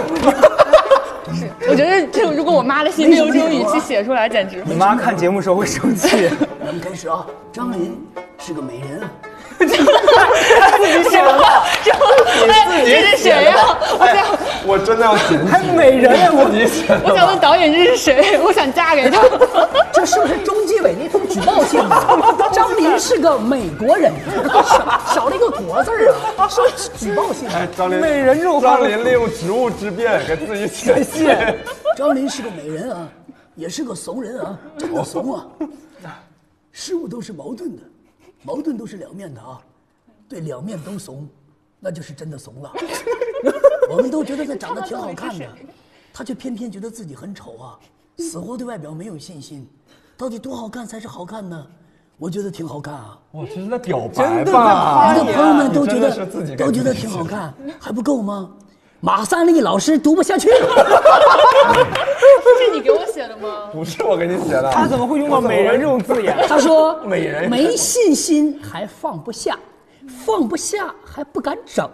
我觉得这如果我妈的信没有这种语气写出来，简直你妈看节目时候会生气。我们开始啊，张琳是个美人啊。什 么？这哎，这是谁呀？我想我真的要剪还美人啊我自己剪我想问导演这是谁？我想嫁给他。 这是不是中纪委那封举报信呢？张琳是个美国人，少少了一个国字儿啊，说举报信。哎，张琳，美人这种话张琳利用职务之便给自己写信，张琳是个美人啊，也是个怂人啊，真的怂啊。事物都是矛盾的，矛盾都是两面的啊。对，两面都怂，那就是真的怂 了。我们都觉得他长得挺好看的，他却偏偏觉得自己很丑啊，死活对外表没有信心。到底多好看才是好看呢？我觉得挺好看啊。我这是在表白真的吧？在你的朋友们都觉哎你真得的是自己给都觉得自己挺好看，还不够吗？马三立老师读不下去，是你给我写的吗？不是我给你写的，他怎么会用到美人这种字眼？他说美人没信心还放不下，放不下还不敢整，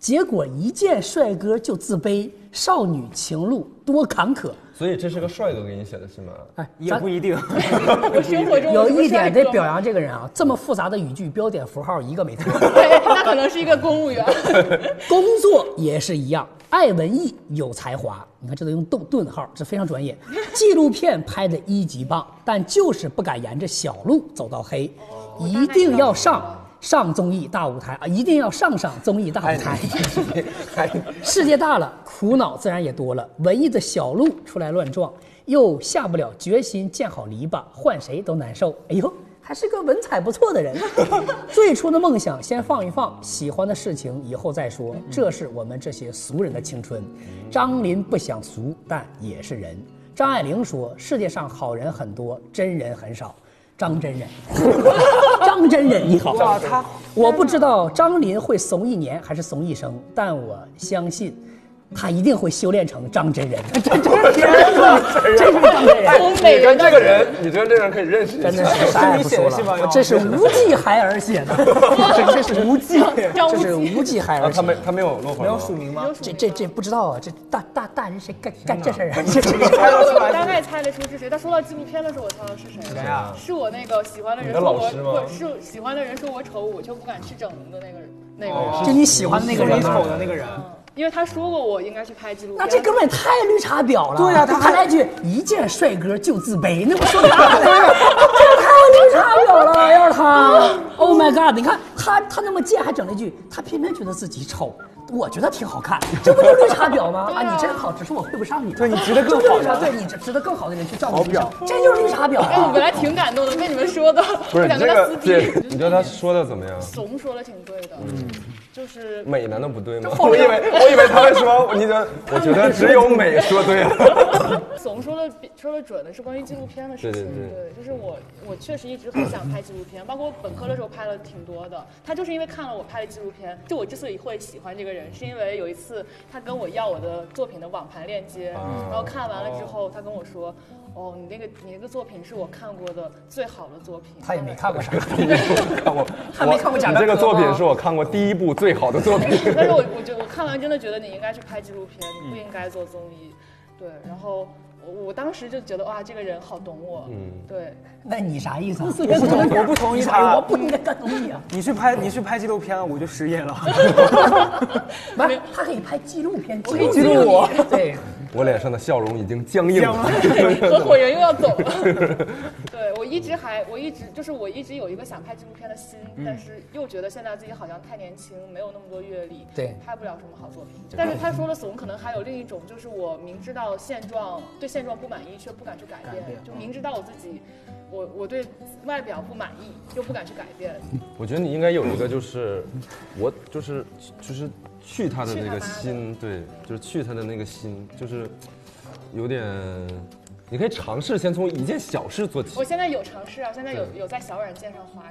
结果一见帅哥就自卑，少女情路多坎坷。所以这是个帅哥给你写的信吗？哎，也咱不一定。我生活中有一点得表。扬这个人啊，这么复杂的语句、标点符号一个没错。对，那可能是一个公务员。工作也是一样，爱文艺有才华，你看这都用顿顿号，这非常专业。纪录片拍的一级棒，但就是不敢沿着小路走到黑，一定要上上综艺大舞台啊，一定要上上综艺大舞台。 世界大了，苦恼自然也多了。文艺的小鹿出来乱撞，又下不了决心建好篱笆，换谁都难受。哎呦，还是个文采不错的人。啊 最初的梦想先放一放，喜欢的事情以后再说。这是我们这些俗人的青春。张琳不想俗，但也是人。张爱玲说：“世界上好人很多，真人很少。”张真人， 张真人，你好。哇，他我不知道张琳会怂一年还是怂一生，但我相信，她一定会修炼成张真人。 这真是真是张真人，美你跟 这个人，你跟这个人可以认识一真的下。是啥也不是你写的说是吧了，这是无忌孩儿写 的，这是无忌，张无这忌是无忌孩啊，儿他写没的。他没有落款没有吗？署名吗？这这这不知道啊，这大大大人谁干干这事 儿啊？我大概猜得出是谁，但说到纪录片的时候，我猜到是谁了。呀？是我那个喜欢的啊你人的说老师我吗不是喜欢的人说我丑，我却不敢去整容的那个人那个哦人，就你喜欢的那个人你吗丑？的那个人，因为他说过我应该去拍纪录片。那这哥们儿也太绿茶婊了。对呀他还他来一句一见帅哥就自卑，那不说啥呢？这太绿茶婊了，要是他，Oh my god！你看他他那么贱，还整了一句，他偏偏觉得自己丑。我觉得挺好看，这不就绿茶婊吗？啊，你真好，只是我配不上你。对你值 得更好的对你值得更好的人去照顾你。这就是绿茶婊哎，我啊本！来挺感动的，被你们说的，不我是想你跟这他个撕姐，逼。你觉得他说的怎么样？怂说的挺对的，嗯就是美难道不对吗？我以为我以为他会说，你觉 得？我觉得只有美说对了。怂说的比说的准的是关于纪录片的事对情。对对就是我我确实一直很想拍纪录片，包括我本科的时候拍了挺多的。他就是因为看了我拍的纪录片，就我之所以会喜欢这个人，是因为有一次他跟我要我的作品的网盘链接，啊然后看完了之后，他跟我说。哦，你那个你那个作品是我看过的最好的作品。他也没看过啥，看我，他没看过贾你樟柯这个作品吗是我看过第一部最好的作品。但是我我觉得我看完真的觉得你应该去拍纪录片，你嗯不应该做综艺。对，然后我我当时就觉得哇，这个人好懂我。嗯对，那你啥意思啊？我不同，我不同意他我。不应该干东西啊！你去拍，你去拍纪录片了，我就失业了。 不是，他可以拍纪录片，可以记记录录我。对，我脸上的笑容已经僵硬了。 合伙人又要走 了。对我一直还，我一直就是我一直有一个想拍纪录片的心，但是又觉得现在自己好像太年轻，没有那么多阅历，对拍不了什么好作品。但是他说的怂，可能还有另一种，就是我明知道现状对现状不满意，却不敢去改变，嗯就明知道我自己。我我对外表不满意，又不敢去改变，我觉得你应该有一个，就是我就是就是去他的那个心，对，就是去他的那个心，就是有点，你可以尝试先从一件小事做起我。现在有尝试啊，现在有有在小软件上划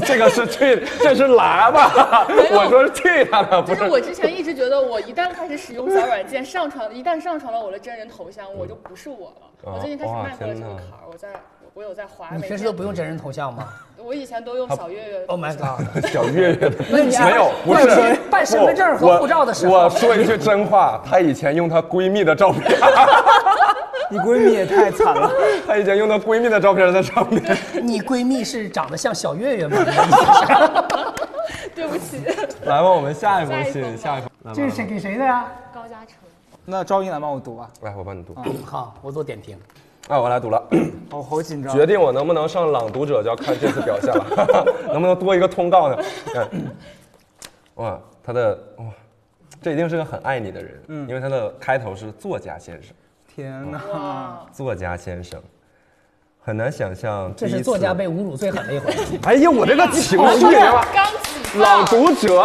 这个是去，这是喇叭，有我说是去他的，不就是是我之前一直觉得，我一旦开始使用小软件上传，一旦上传了我的真人头像，我就不是我了。哦我最近开始迈过了这个哇天哪坎儿，我在我我有在滑你美平时颜都不用真人头像吗我以前都用小岳岳。 ？Oh my god！小月月的。 那你没有，不办身是办身份证和护照的时我候我，说一句真话，她以前用她闺蜜的照片， 你闺蜜也太惨了。她以前用她闺蜜的照片在上面。你闺蜜是长得像小岳岳吗？ 对不起， 啊来吧，我们下一封下一封吧信，下一封。来吧这是谁给谁的呀？高嘉诚。那赵一楠帮我读啊，来，我帮你读。好，我做点评。啊，我来 读了。我哦好紧张。决定我能不能上朗读者就要看这次表现 了，能不能多一个通告呢？ 嗯哇，他的哇，这一定是个很爱你的人，因为他的开头是作家先生，天哪！哇，作家先生，很难想象这第一是次作家被侮辱最狠的一回。哎呀，我这个情绪啊，刚起朗步。读者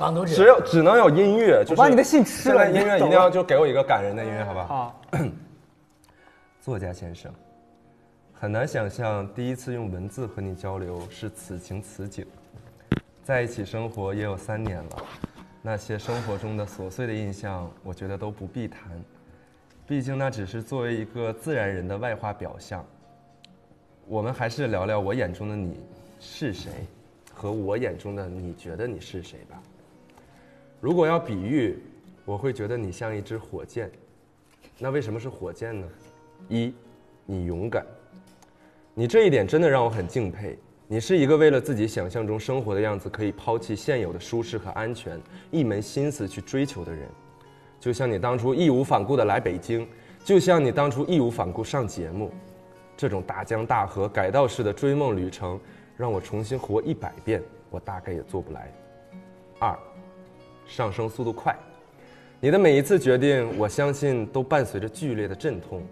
朗读只者，有只能有音乐，就是我把你的信吃了现在音乐一定要就给我一个感人的音乐，好不好？好， 作家先生，很难想象第一次用文字和你交流是此情此景。在一起生活也有三年了，那些生活中的琐碎的印象，我觉得都不必谈，毕竟那只是作为一个自然人的外化表象。我们还是聊聊我眼中的你是谁，和我眼中的你觉得你是谁吧。如果要比喻，我会觉得你像一支火箭。那为什么是火箭呢？一，你勇敢，你这一点真的让我很敬佩。你是一个为了自己想象中生活的样子，可以抛弃现有的舒适和安全，一门心思去追求的人。就像你当初义无反顾的来北京，就像你当初义无反顾上节目，这种大江大河改道式的追梦旅程，让我重新活一百遍，我大概也做不来。二，上升速度快，你的每一次决定，我相信都伴随着剧烈的阵痛。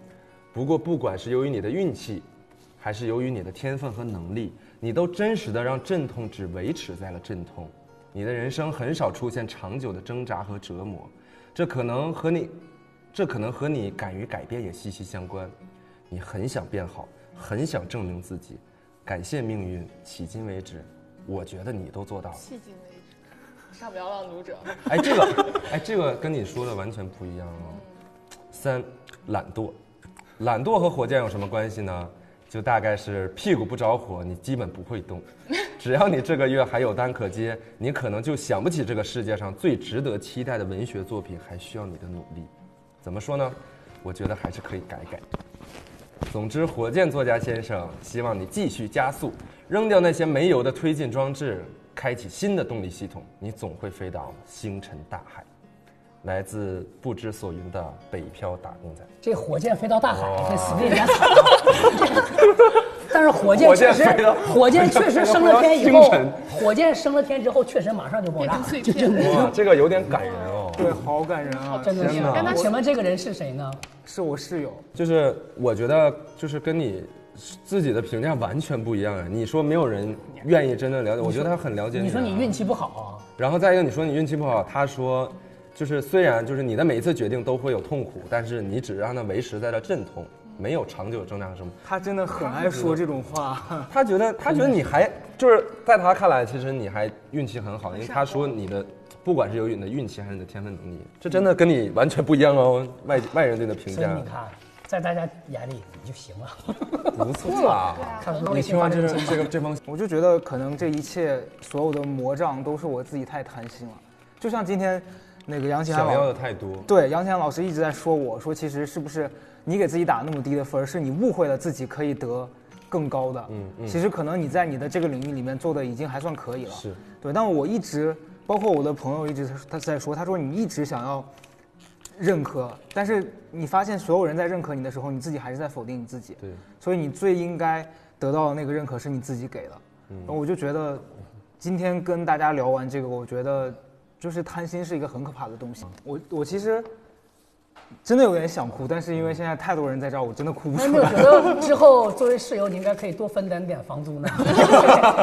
不过，不管是由于你的运气，还是由于你的天分和能力，你都真实的让阵痛只维持在了阵痛。你的人生很少出现长久的挣扎和折磨，这可能和你，这可能和你敢于改变也息息相关。你很想变好，很想证明自己，感谢命运，迄今为止，我觉得你都做到了。迄今为止，上不了浪读者。 哎，这个，哎，这个跟你说的完全不一样哦。三，懒惰，懒惰和火箭有什么关系呢？就大概是屁股不着火，你基本不会动。只要你这个月还有单可接，你可能就想不起这个世界上最值得期待的文学作品还需要你的努力。怎么说呢？我觉得还是可以改改。总之，火箭作家先生，希望你继续加速，扔掉那些没油的推进装置，开启新的动力系统，你总会飞到星辰大海。来自不知所云的北漂打工仔，这火箭飞到大海，这死的人惨了。 但是火箭火确箭实飞到，火箭确实升 了天以飞后到星辰，火箭升了天之后，确实马上就爆炸变成碎就片就哇，这个有点感人哦。对，好感人啊！ 真的是天。哪请问这个人是谁呢？是我室友，就是我觉得，就是跟你自己的评价完全不一样啊。你说没有人愿意真正了解，我觉得他很了解你啊。你说你运气不好然后再一个，你说你运气不好，他说，就是虽然就是你的每一次决定都会有痛苦，但是你只让它维持在了阵痛，没有长久挣扎和什么。他真的很爱说这种话。他觉得他觉得你还就是在他看来，其实你还运气很好，因为他说你的不管是由于你的运气还是你的天分能力，这真的跟你完全不一样哦。 外外人对你的啊，评所以价你看，在大家眼里你就行 了。不错啦。看你听完这这个这封信， 我就觉得可能这一切所有的魔障都是我自己太贪心了，就像今天那个杨奇涵想要老的太多。对杨奇涵老师一直在说我说，其实是不是你给自己打那么低的分儿，是你误会了自己可以得更高的。嗯嗯。其实可能你在你的这个领域里面做的已经还算可以了。是。对，但我一直，包括我的朋友一直他在说，他说你一直想要认可，但是你发现所有人在认可你的时候，你自己还是在否定你自己。 对， 所以你最应该得到的那个认可是你自己给的。嗯，我就觉得今天跟大家聊完这个，我觉得就是贪心是一个很可怕的东西。我我其实真的有点想哭，但是因为现在太多人在这儿，我真的哭不那出你有来觉。得之后作为室友，你应该可以多分担点房租呢，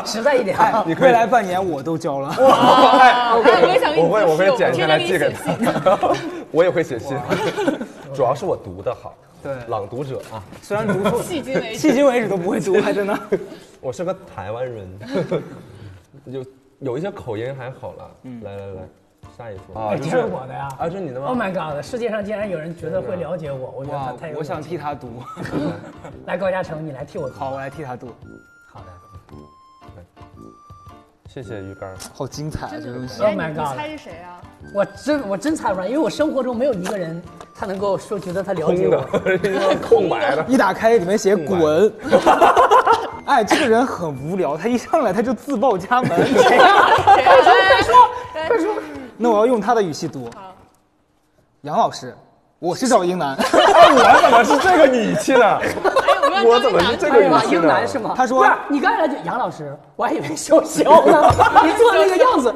实在一点。 哎，未来半年我都交了。哦啊，我也想给你我会我做室会友剪天下来天你寄给写他信。 我也会写信，主要是我读的好。对朗读者啊，虽然读错，迄今为止，迄今为止都不会读，还真的。我是个台湾人， 有有一些口音还好了。来来来，下一幅啊哎，这是我嗯的呀。啊，这是你的 Oh 吗？ my god！世界上竟然有人觉得会了解我，我觉得他太有我想勇气替他读。了来高嘉诚，你来替我读。好，我来替他读。好的。谢谢鱼竿。好精彩啊！这个东西。哎， Oh 你 my 你 god！猜是谁啊？我真我真猜不出来，因为我生活中没有一个人他能够说觉得他了解我。 空白 的。一打开里面写滚。 哎，这个人很无聊，他一上来他就自报家门。谁啊？快说，快说！那我要用他的语气读。杨老师，我是赵英男。我怎么是这个语气呢？哎，我们我怎么是这个语哇，气呢？英男是吗？他说不是，你刚才就杨老师，我还以为笑笑呢，你做那个样子，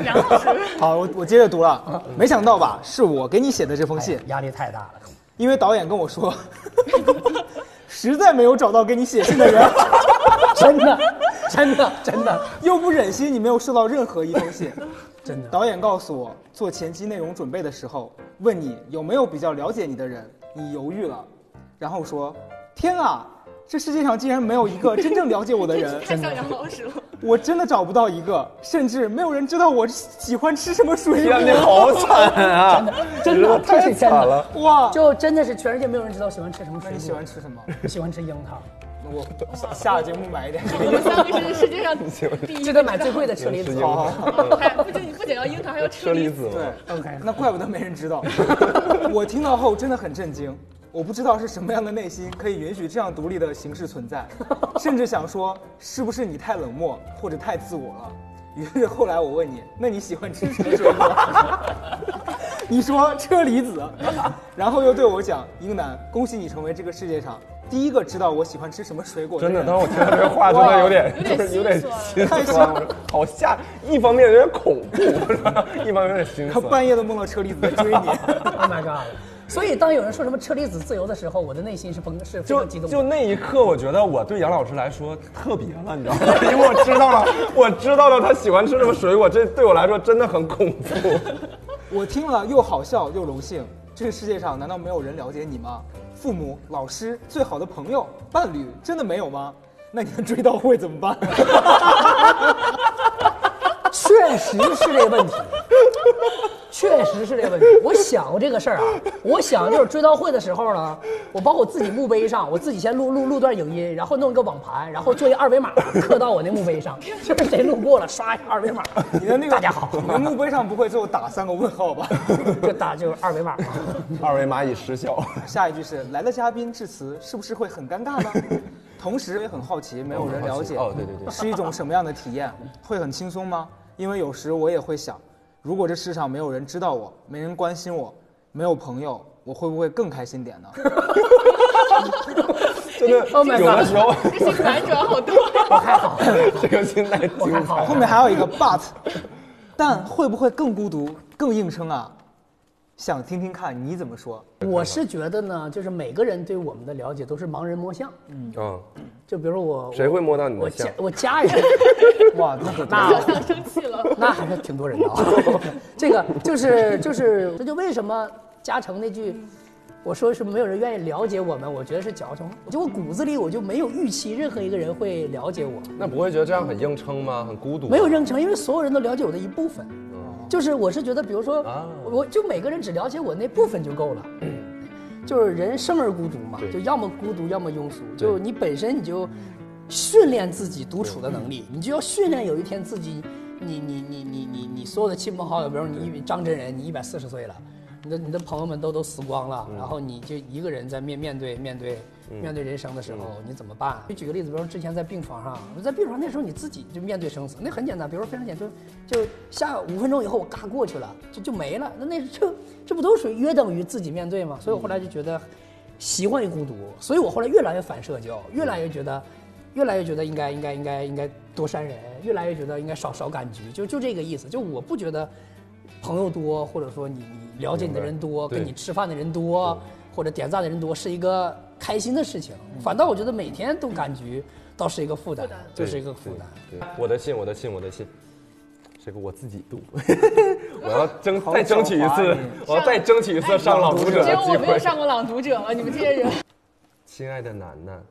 梁老师？好，我我接着读了。没想到吧，是我给你写的这封信哎，压力太大了。因为导演跟我说， 实在没有找到给你写信的人，真的，真的，真的，又不忍心你没有收到任何一封信。真的。导演告诉我，做前期内容准备的时候，问你有没有比较了解你的人，你犹豫了，然后说：“天啊，这世界上竟然没有一个真正了解我的 人， 太像杨老师了。我真的找不到一个，甚至没有人知道我喜欢吃什么水 天，你果。好惨啊！真的太这是惨真的了。”哇，就真的是全世界没有人知道喜欢吃什么那水果。你喜欢吃什么？喜欢吃樱桃，我下节目买一点。我们三个是世 界上第一记个得买最贵的车厘子。好好好好，还不仅不仅要樱桃，还要车车厘厘子。子对吗？ OK，那怪不得没人知道。 我听到后真的很震惊，我不知道是什么样的内心可以允许这样独立的形式存在，甚至想说是不是你太冷漠或者太自我了。于是后来我问你，那你喜欢吃什么水果？ 你说车厘子，然后又对我讲英男，恭喜你成为这个世界上第一个知道我喜欢吃什么水果的真人。的，当时我听到这个话，真的有点，有点就是有点心心酸。我说好吓，一方面有点恐怖， 一方面有点心他酸。半夜都梦到车厘子在追你。 Oh my god！所以当有人说什么车厘子自由的时候，我的内心是崩，是非就常激动就的。那一刻，我觉得我对杨老师来说特别了，你知道吗？因为我知道了，我知道了他喜欢吃什么水果，这对我来说真的很恐怖。我听了又好笑又荣幸。这个世界上难道没有人了解你吗？父母、老师、最好的朋友、伴侣，真的没有吗？那你们追悼会怎 么办？确实是这个问题，确实是这个问题。我想过这个事儿啊，我想就是追悼会的时候呢，我包括我自己墓碑上，我自己先录录录段影音，然后弄一个网盘，然后做一个二维码刻到我那墓碑上，就是谁路过了刷一下二维码，你的那个大家好，你的墓碑上不会最后打三个问号吧？ 就打就是二维码嘛。 二维码已失效。下一句是来的嘉宾至此是不是会很尴 尬呢？同时也很好奇，没有人了解哦对对对是一种什么样的体验？会很轻松吗？因为有时我也会想，如果这世上没有人知道我，没人关心我，没有朋友，我会不会更开心点呢？ 真的 Oh my 有的时候这些反转好 多呀。这个心态精彩。后面还有一个 but，但会不会更孤独、更硬撑啊？想听听看你怎么说。我是觉得呢，就是每个人对我们的了解都是盲人摸象。嗯，就比如我，谁会摸到你我的家像？我 家人，哇，那很那想生气了，那还是挺多人的 啊。这个就是就是，这就为什么嘉诚那句。我说是没有人愿意了解我们，我觉得是矫情。就我骨子里我就没有预期任何一个人会了解我，那不会觉得这样很硬撑吗？很孤独？没有认成，因为所有人都了解我的一部分。就是我是觉得，比如说啊，我就每个人只了解我那部分就够了。就是人生而孤独嘛，对就要么孤独，要么庸俗。就你本身你就训练自己独处的能力，你就要训练有一天自己，你你你你你你所有的亲朋好友，比如你一张真人，你一百四十岁了，你的你的朋友们都都死光了，然后你就一个人在面面对面对面对人生的时候，你怎么办？就举个例子，比如说之前在病床上，我在病床那时候你自己就面对生死，那很简单，比如说非常简单，就就下午五分钟以后我嘎过去了，就就没了。那那这这不都属于约等于自己面对吗？所以我后来就觉得。习惯于孤独，所以我后来越来越反社交，越来越觉得，越来越觉得应该应该应该应该多删人，越来越觉得应该少少感局，就就这个意思。就我不觉得朋友多，或者说你你了解你的人多，明白跟你吃饭的人多，或者点赞的人多是一个开心的事情，嗯反倒我觉得每天都感局倒是一个负担，就是一个负担。对。我的信，我的信，我的信，这个我自己 读。我要争再争取一好狡猾次啊，我要再争取一次上朗读者只的有我机没有会。上过《朗读者》吗？你们这些人，亲爱的楠楠，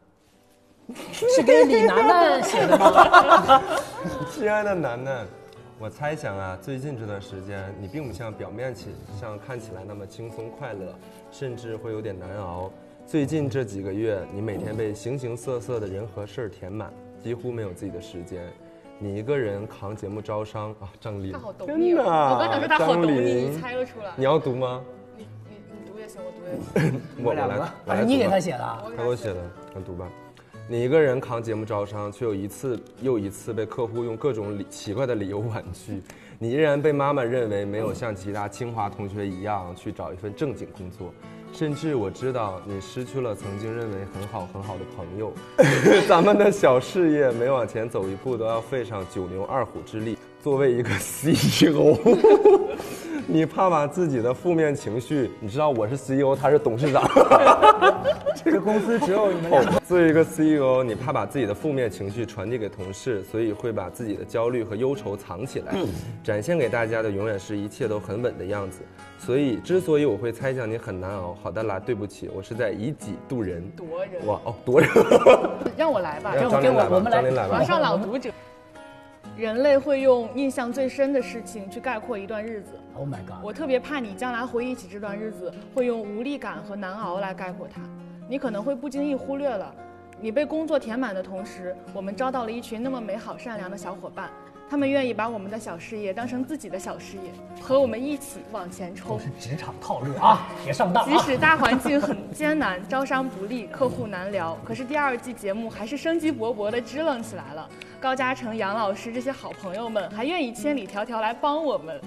是给李楠 楠写的吗？亲爱的楠楠，我猜想啊，最近这段时间你并不像表面起上看起来那么轻松快乐，甚至会有点难熬。最近这几个月，你每天被形形色色的人和事儿填满，几乎没有自己的时间。你一个人扛节目招商啊，张琳他好，懂你真的哦，啊，我刚想说他好懂张你，琳你猜了出来。你要读吗？你你你读也行，我读也行。我我来，我啊，来你读给吧他写 的啊？他给我写的，我读吧。你一个人扛节目招商，却又一次又一次被客户用各种理奇怪的理由婉拒。你依然被妈妈认为没有像其他清华同学一样去找一份正经工作，甚至我知道你失去了曾经认为很好很好的朋友。咱们的小事业每往前走一步都要费上九牛二虎之力。作为一个 CEO，你怕把自己的负面情绪，你知道我是 CEO，他是董事长。这个公司只有你们俩。哦，作为一个 CEO，你怕把自己的负面情绪传递给同事，所以会把自己的焦虑和忧愁藏起来，展现给大家的永远是一切都很稳的样子。所以，之所以我会猜想你很难熬，好的啦，对不起，我是在以己度人。夺人，哇哦，多人！让我来吧，让我张给琳我来吧，我们来张琳来我吧要。上《朗读者》。人类会用印象最深的事情去概括一段日子。 Oh my god！我特别怕你将来回忆起这段日子，会用无力感和难熬来概括它。你可能会不经意忽略了，你被工作填满的同时，我们招到了一群那么美好善良的小伙伴，他们愿意把我们的小事业当成自己的小事业，和我们一起往前冲。职场套路啊，别上当即啊！使大环境很艰难，招商不利，客户难聊，可是第二季节目还是生机勃勃的支棱起来了。高嘉诚、杨老师这些好朋友们还愿意千里迢迢来帮我们。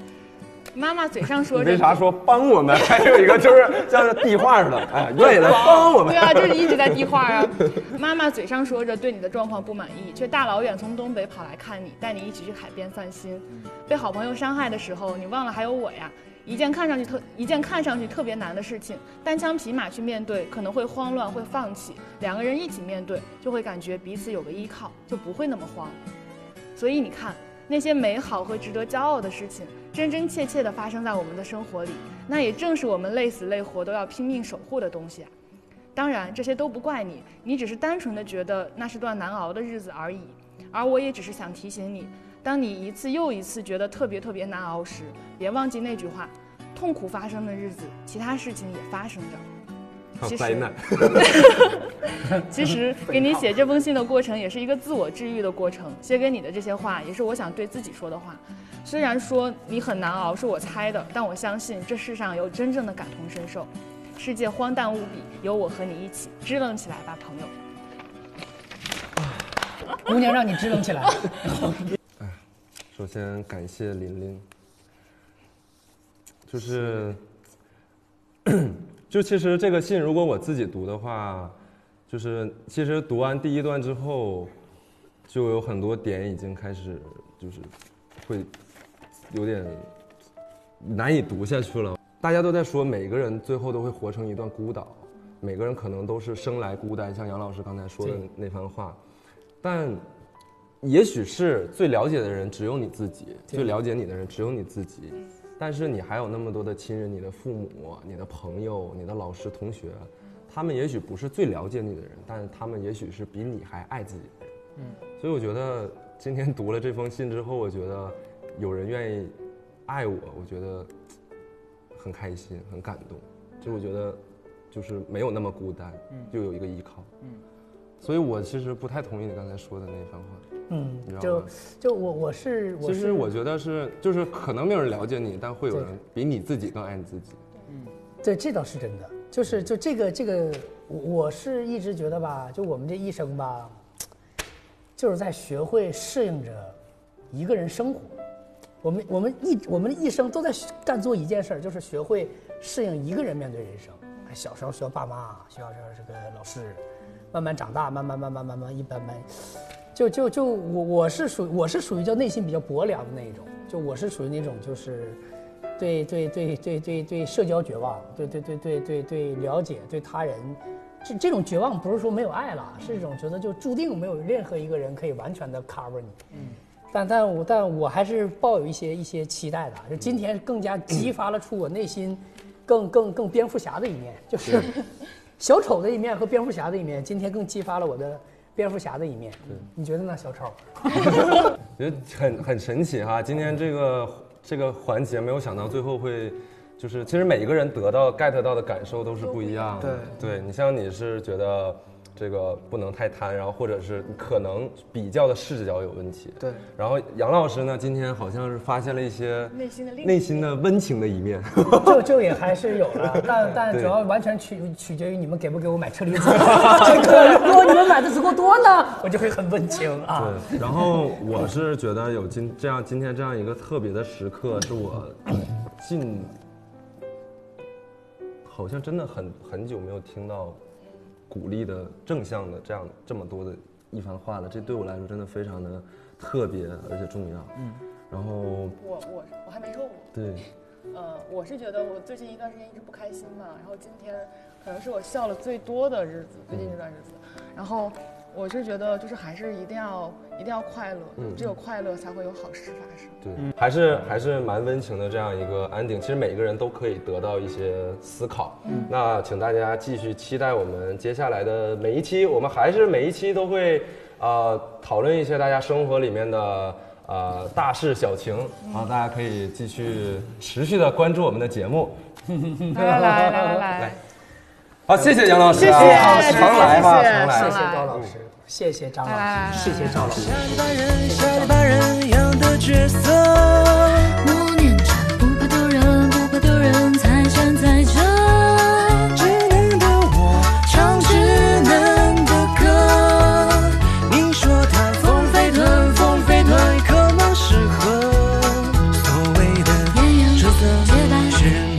妈妈嘴上说着为啥说帮我们？还有一个就是像是递话似的，哎，愿意来帮我们。对啊，就是一直在递话啊。 妈妈嘴上说着对你的状况不满意，却大老远从东北跑来看你，带你一起去海边散心。被好朋友伤害的时候，你忘了还有我呀。一件看上去特一件看上去特别难的事情，单枪匹马去面对，可能会慌乱，会放弃。两个人一起面对，就会感觉彼此有个依靠，就不会那么慌。所以你看，那些美好和值得骄傲的事情，真真切切地发生在我们的生活里，那也正是我们累死累活都要拼命守护的东西啊。当然，这些都不怪你，你只是单纯的觉得那是段难熬的日子而已。而我也只是想提醒你，当你一次又一次觉得特别特别难熬时，别忘记那句话：痛苦发生的日子，其他事情也发生着。好其实灾难，其实给你写这封信的过程，也是一个自我治愈的过程。写给你的这些话，也是我想对自己说的话。虽然说你很难熬，是我猜的，但我相信这世上有真正的感同身受。世界荒诞无比，有我和你一起支棱起来吧，朋友。姑娘让你支棱起来。首先感谢琳琳，就是， 就其实这个信如果我自己读的话，就是其实读完第一段之后，就有很多点已经开始就是会有点难以读下去了。大家都在说每个人最后都会活成一段孤岛，每个人可能都是生来孤单，像杨老师刚才说的那番话，但也许是最了解的人只有你自己，最了解你的人只有你自己，但是你还有那么多的亲人，你的父母、你的朋友、你的老师、同学，他们也许不是最了解你的人，但是他们也许是比你还爱自己的人。嗯，所以我觉得今天读了这封信之后，我觉得有人愿意爱我，我觉得很开心，很感动。就我觉得就是没有那么孤单，就有一个依靠。嗯，所以我其实不太同意你刚才说的那番话。嗯你知，道就吗就我我是我其实是我觉得是，就是可能没有人了解你，但会有对人比你自己更爱你自己。对，这倒是真的，就是就这个这个，我我是一直觉得吧，就我们这一生吧，就是在学会适应着一个人生活。我们我们一我们的一生都在学干做一件事儿，就是学会适应一个人面对人生。哎，小时候学爸妈，学校这这个老师，慢慢长大，慢慢慢慢慢慢一般般，就就就我我是属我是属于叫内心比较薄凉的那一种，就我是属于那种就是对对对对对对社交绝望，对对对对对对了解对他人，这这种绝望不是说没有爱了，是一种觉得就注定没有任何一个人可以完全的 cover 你。嗯，但但我但我还是抱有一些一些期待的，就今天更加激发了出我内心更更更蝙蝠侠的一面，就是小丑的一面和蝙蝠侠的一面，今天更激发了我的蝙蝠侠的一面。你觉得呢，小丑？ 觉得很很神奇哈。今天这个这个环节，没有想到最后会，就是其实每一个人得到 get 到的感受都是不一样的。对，对你像你是觉得这个不能太贪，然后或者是可能比较的视角有问题。对，然后杨老师呢，今天好像是发现了一些内心的另一面内心的温情的一面。就就也还是有了，但但对主要完全取取决于你们给不给我买车厘子。这个如果你们买的足够多呢，我就会很温情啊。对，然后我是觉得有今这样今天这样一个特别的时刻，是我近好像真的很很久没有听到鼓励的正向的这样这么多的一番话了，这对我来说真的非常的特别而且重要。嗯，然后我我我还没说我。对，呃，我是觉得我最近一段时间一直不开心嘛，然后今天可能是我笑了最多的日子，最近这段日子，然后我是觉得就是还是一定要一定要快乐，只有快乐才会有好事发生。对，还是还是蛮温情的这样一个 ending。其实每个人都可以得到一些思考。嗯那请大家继续期待我们接下来的每一期，我们还是每一期都会呃讨论一些大家生活里面的。呃，大事小情，嗯好，大家可以继续持续的关注我们的节目。来来来来 来，好，谢谢杨老师啊，谢谢老师常来吧，谢谢常来。啊谢谢高老师，谢谢张老师，谢谢赵老师。下里巴人，下里巴人一样的角色。默念着不怕丢人，不怕丢人，才站在这。稚嫩的我唱稚嫩的歌，你说它风飞腾，风飞腾，可能适合所谓的艳阳这算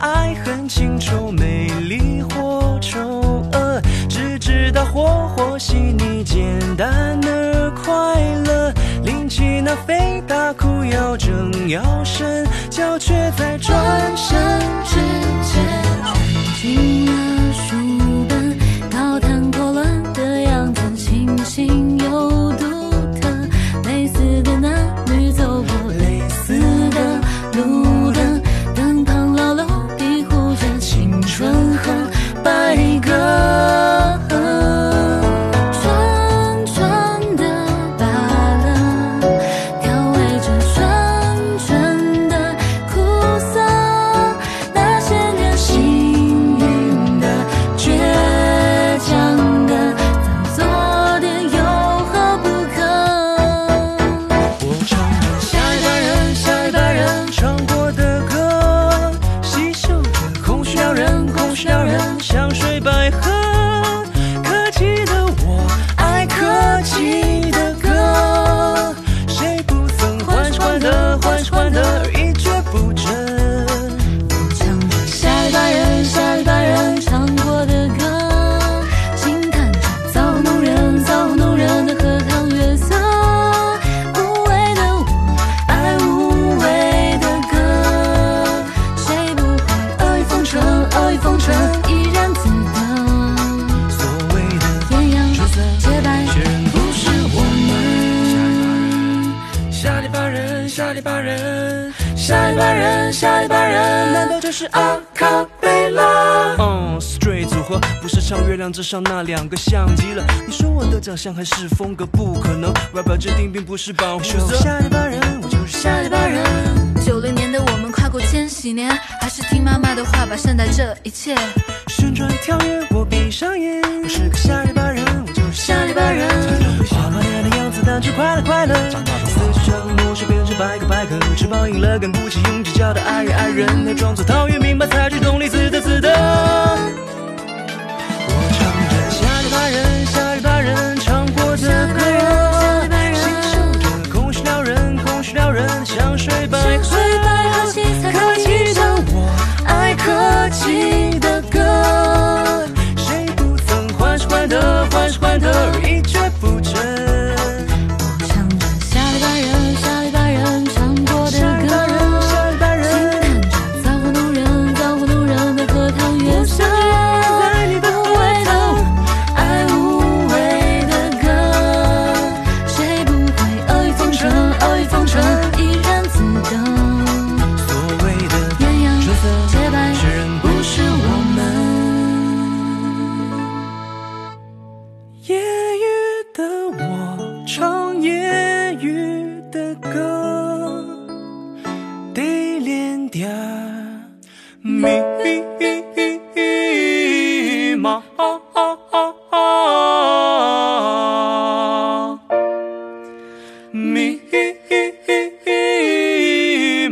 爱恨情仇，美丽或丑恶，只知道活活细腻，简单而快乐。拎起那肥大裤，要正要伸，脚却在转转身之间，卷进了书本，高谈阔论的样子，清新又独特。类似的男女走过类似的路灯，灯旁老楼庇护着青春和白鸽。串串的芭乐，调味着串串的苦涩，那些年幸运的、倔强的，早做点有何不可？我唱着下一代人，下一代人唱过的歌，细嗅着空虚撩人，空虚撩人，香水百合。客气的我爱客气的歌，谁不曾患是患得，患是患得，而一蹶不振。唱着下一代人，下一代人唱过的歌，轻叹着造弄人，造弄人的荷塘月色，无畏的我爱无畏的歌，谁不会阿谀奉承，阿谀奉承怡然自得，所谓的艳阳春色洁白却仍不是我们。下下一一代代人人，下下一一代代人人，下下一一代代人人，下下一一代代人人，难道就是阿卡贝拉？嗯，Stray 组合不是唱月亮之上那两个像极了。你说我的长相还是风格，不可能。外表制定并不是保护色。下一代人，我就是下一代人。九零年的我们跨过千禧年，还是听妈妈的话吧，善待这一切。旋转跳跃，我闭上眼。我是个下一代人，我就是下一代人。花落叶的样子，单纯快乐快乐。四处张露水变成白鸽白鸽，翅膀硬了，跟不起用尖叫的爱人爱人，要装作陶渊明把才去懂，力自得自得。我唱着下一代人，下一代人唱过的歌，细数着空虚撩人，空虚撩人，香水百百合。合百合七彩客气的的我爱客气的歌，谁不曾患是患得，患是患得，而一蹶不振。唱着下一代人，下一代人唱过的下一代人，歌，下一代人，看着造化弄人，造化弄人的荷塘月色，在你的无怀畏的中。爱无畏的歌，谁不会阿谀奉承，阿谀奉承，怡然自得，所谓的艳阳春色，洁白却仍不是我们。夜雨的我唱夜雨的歌，得练点儿密码。密码。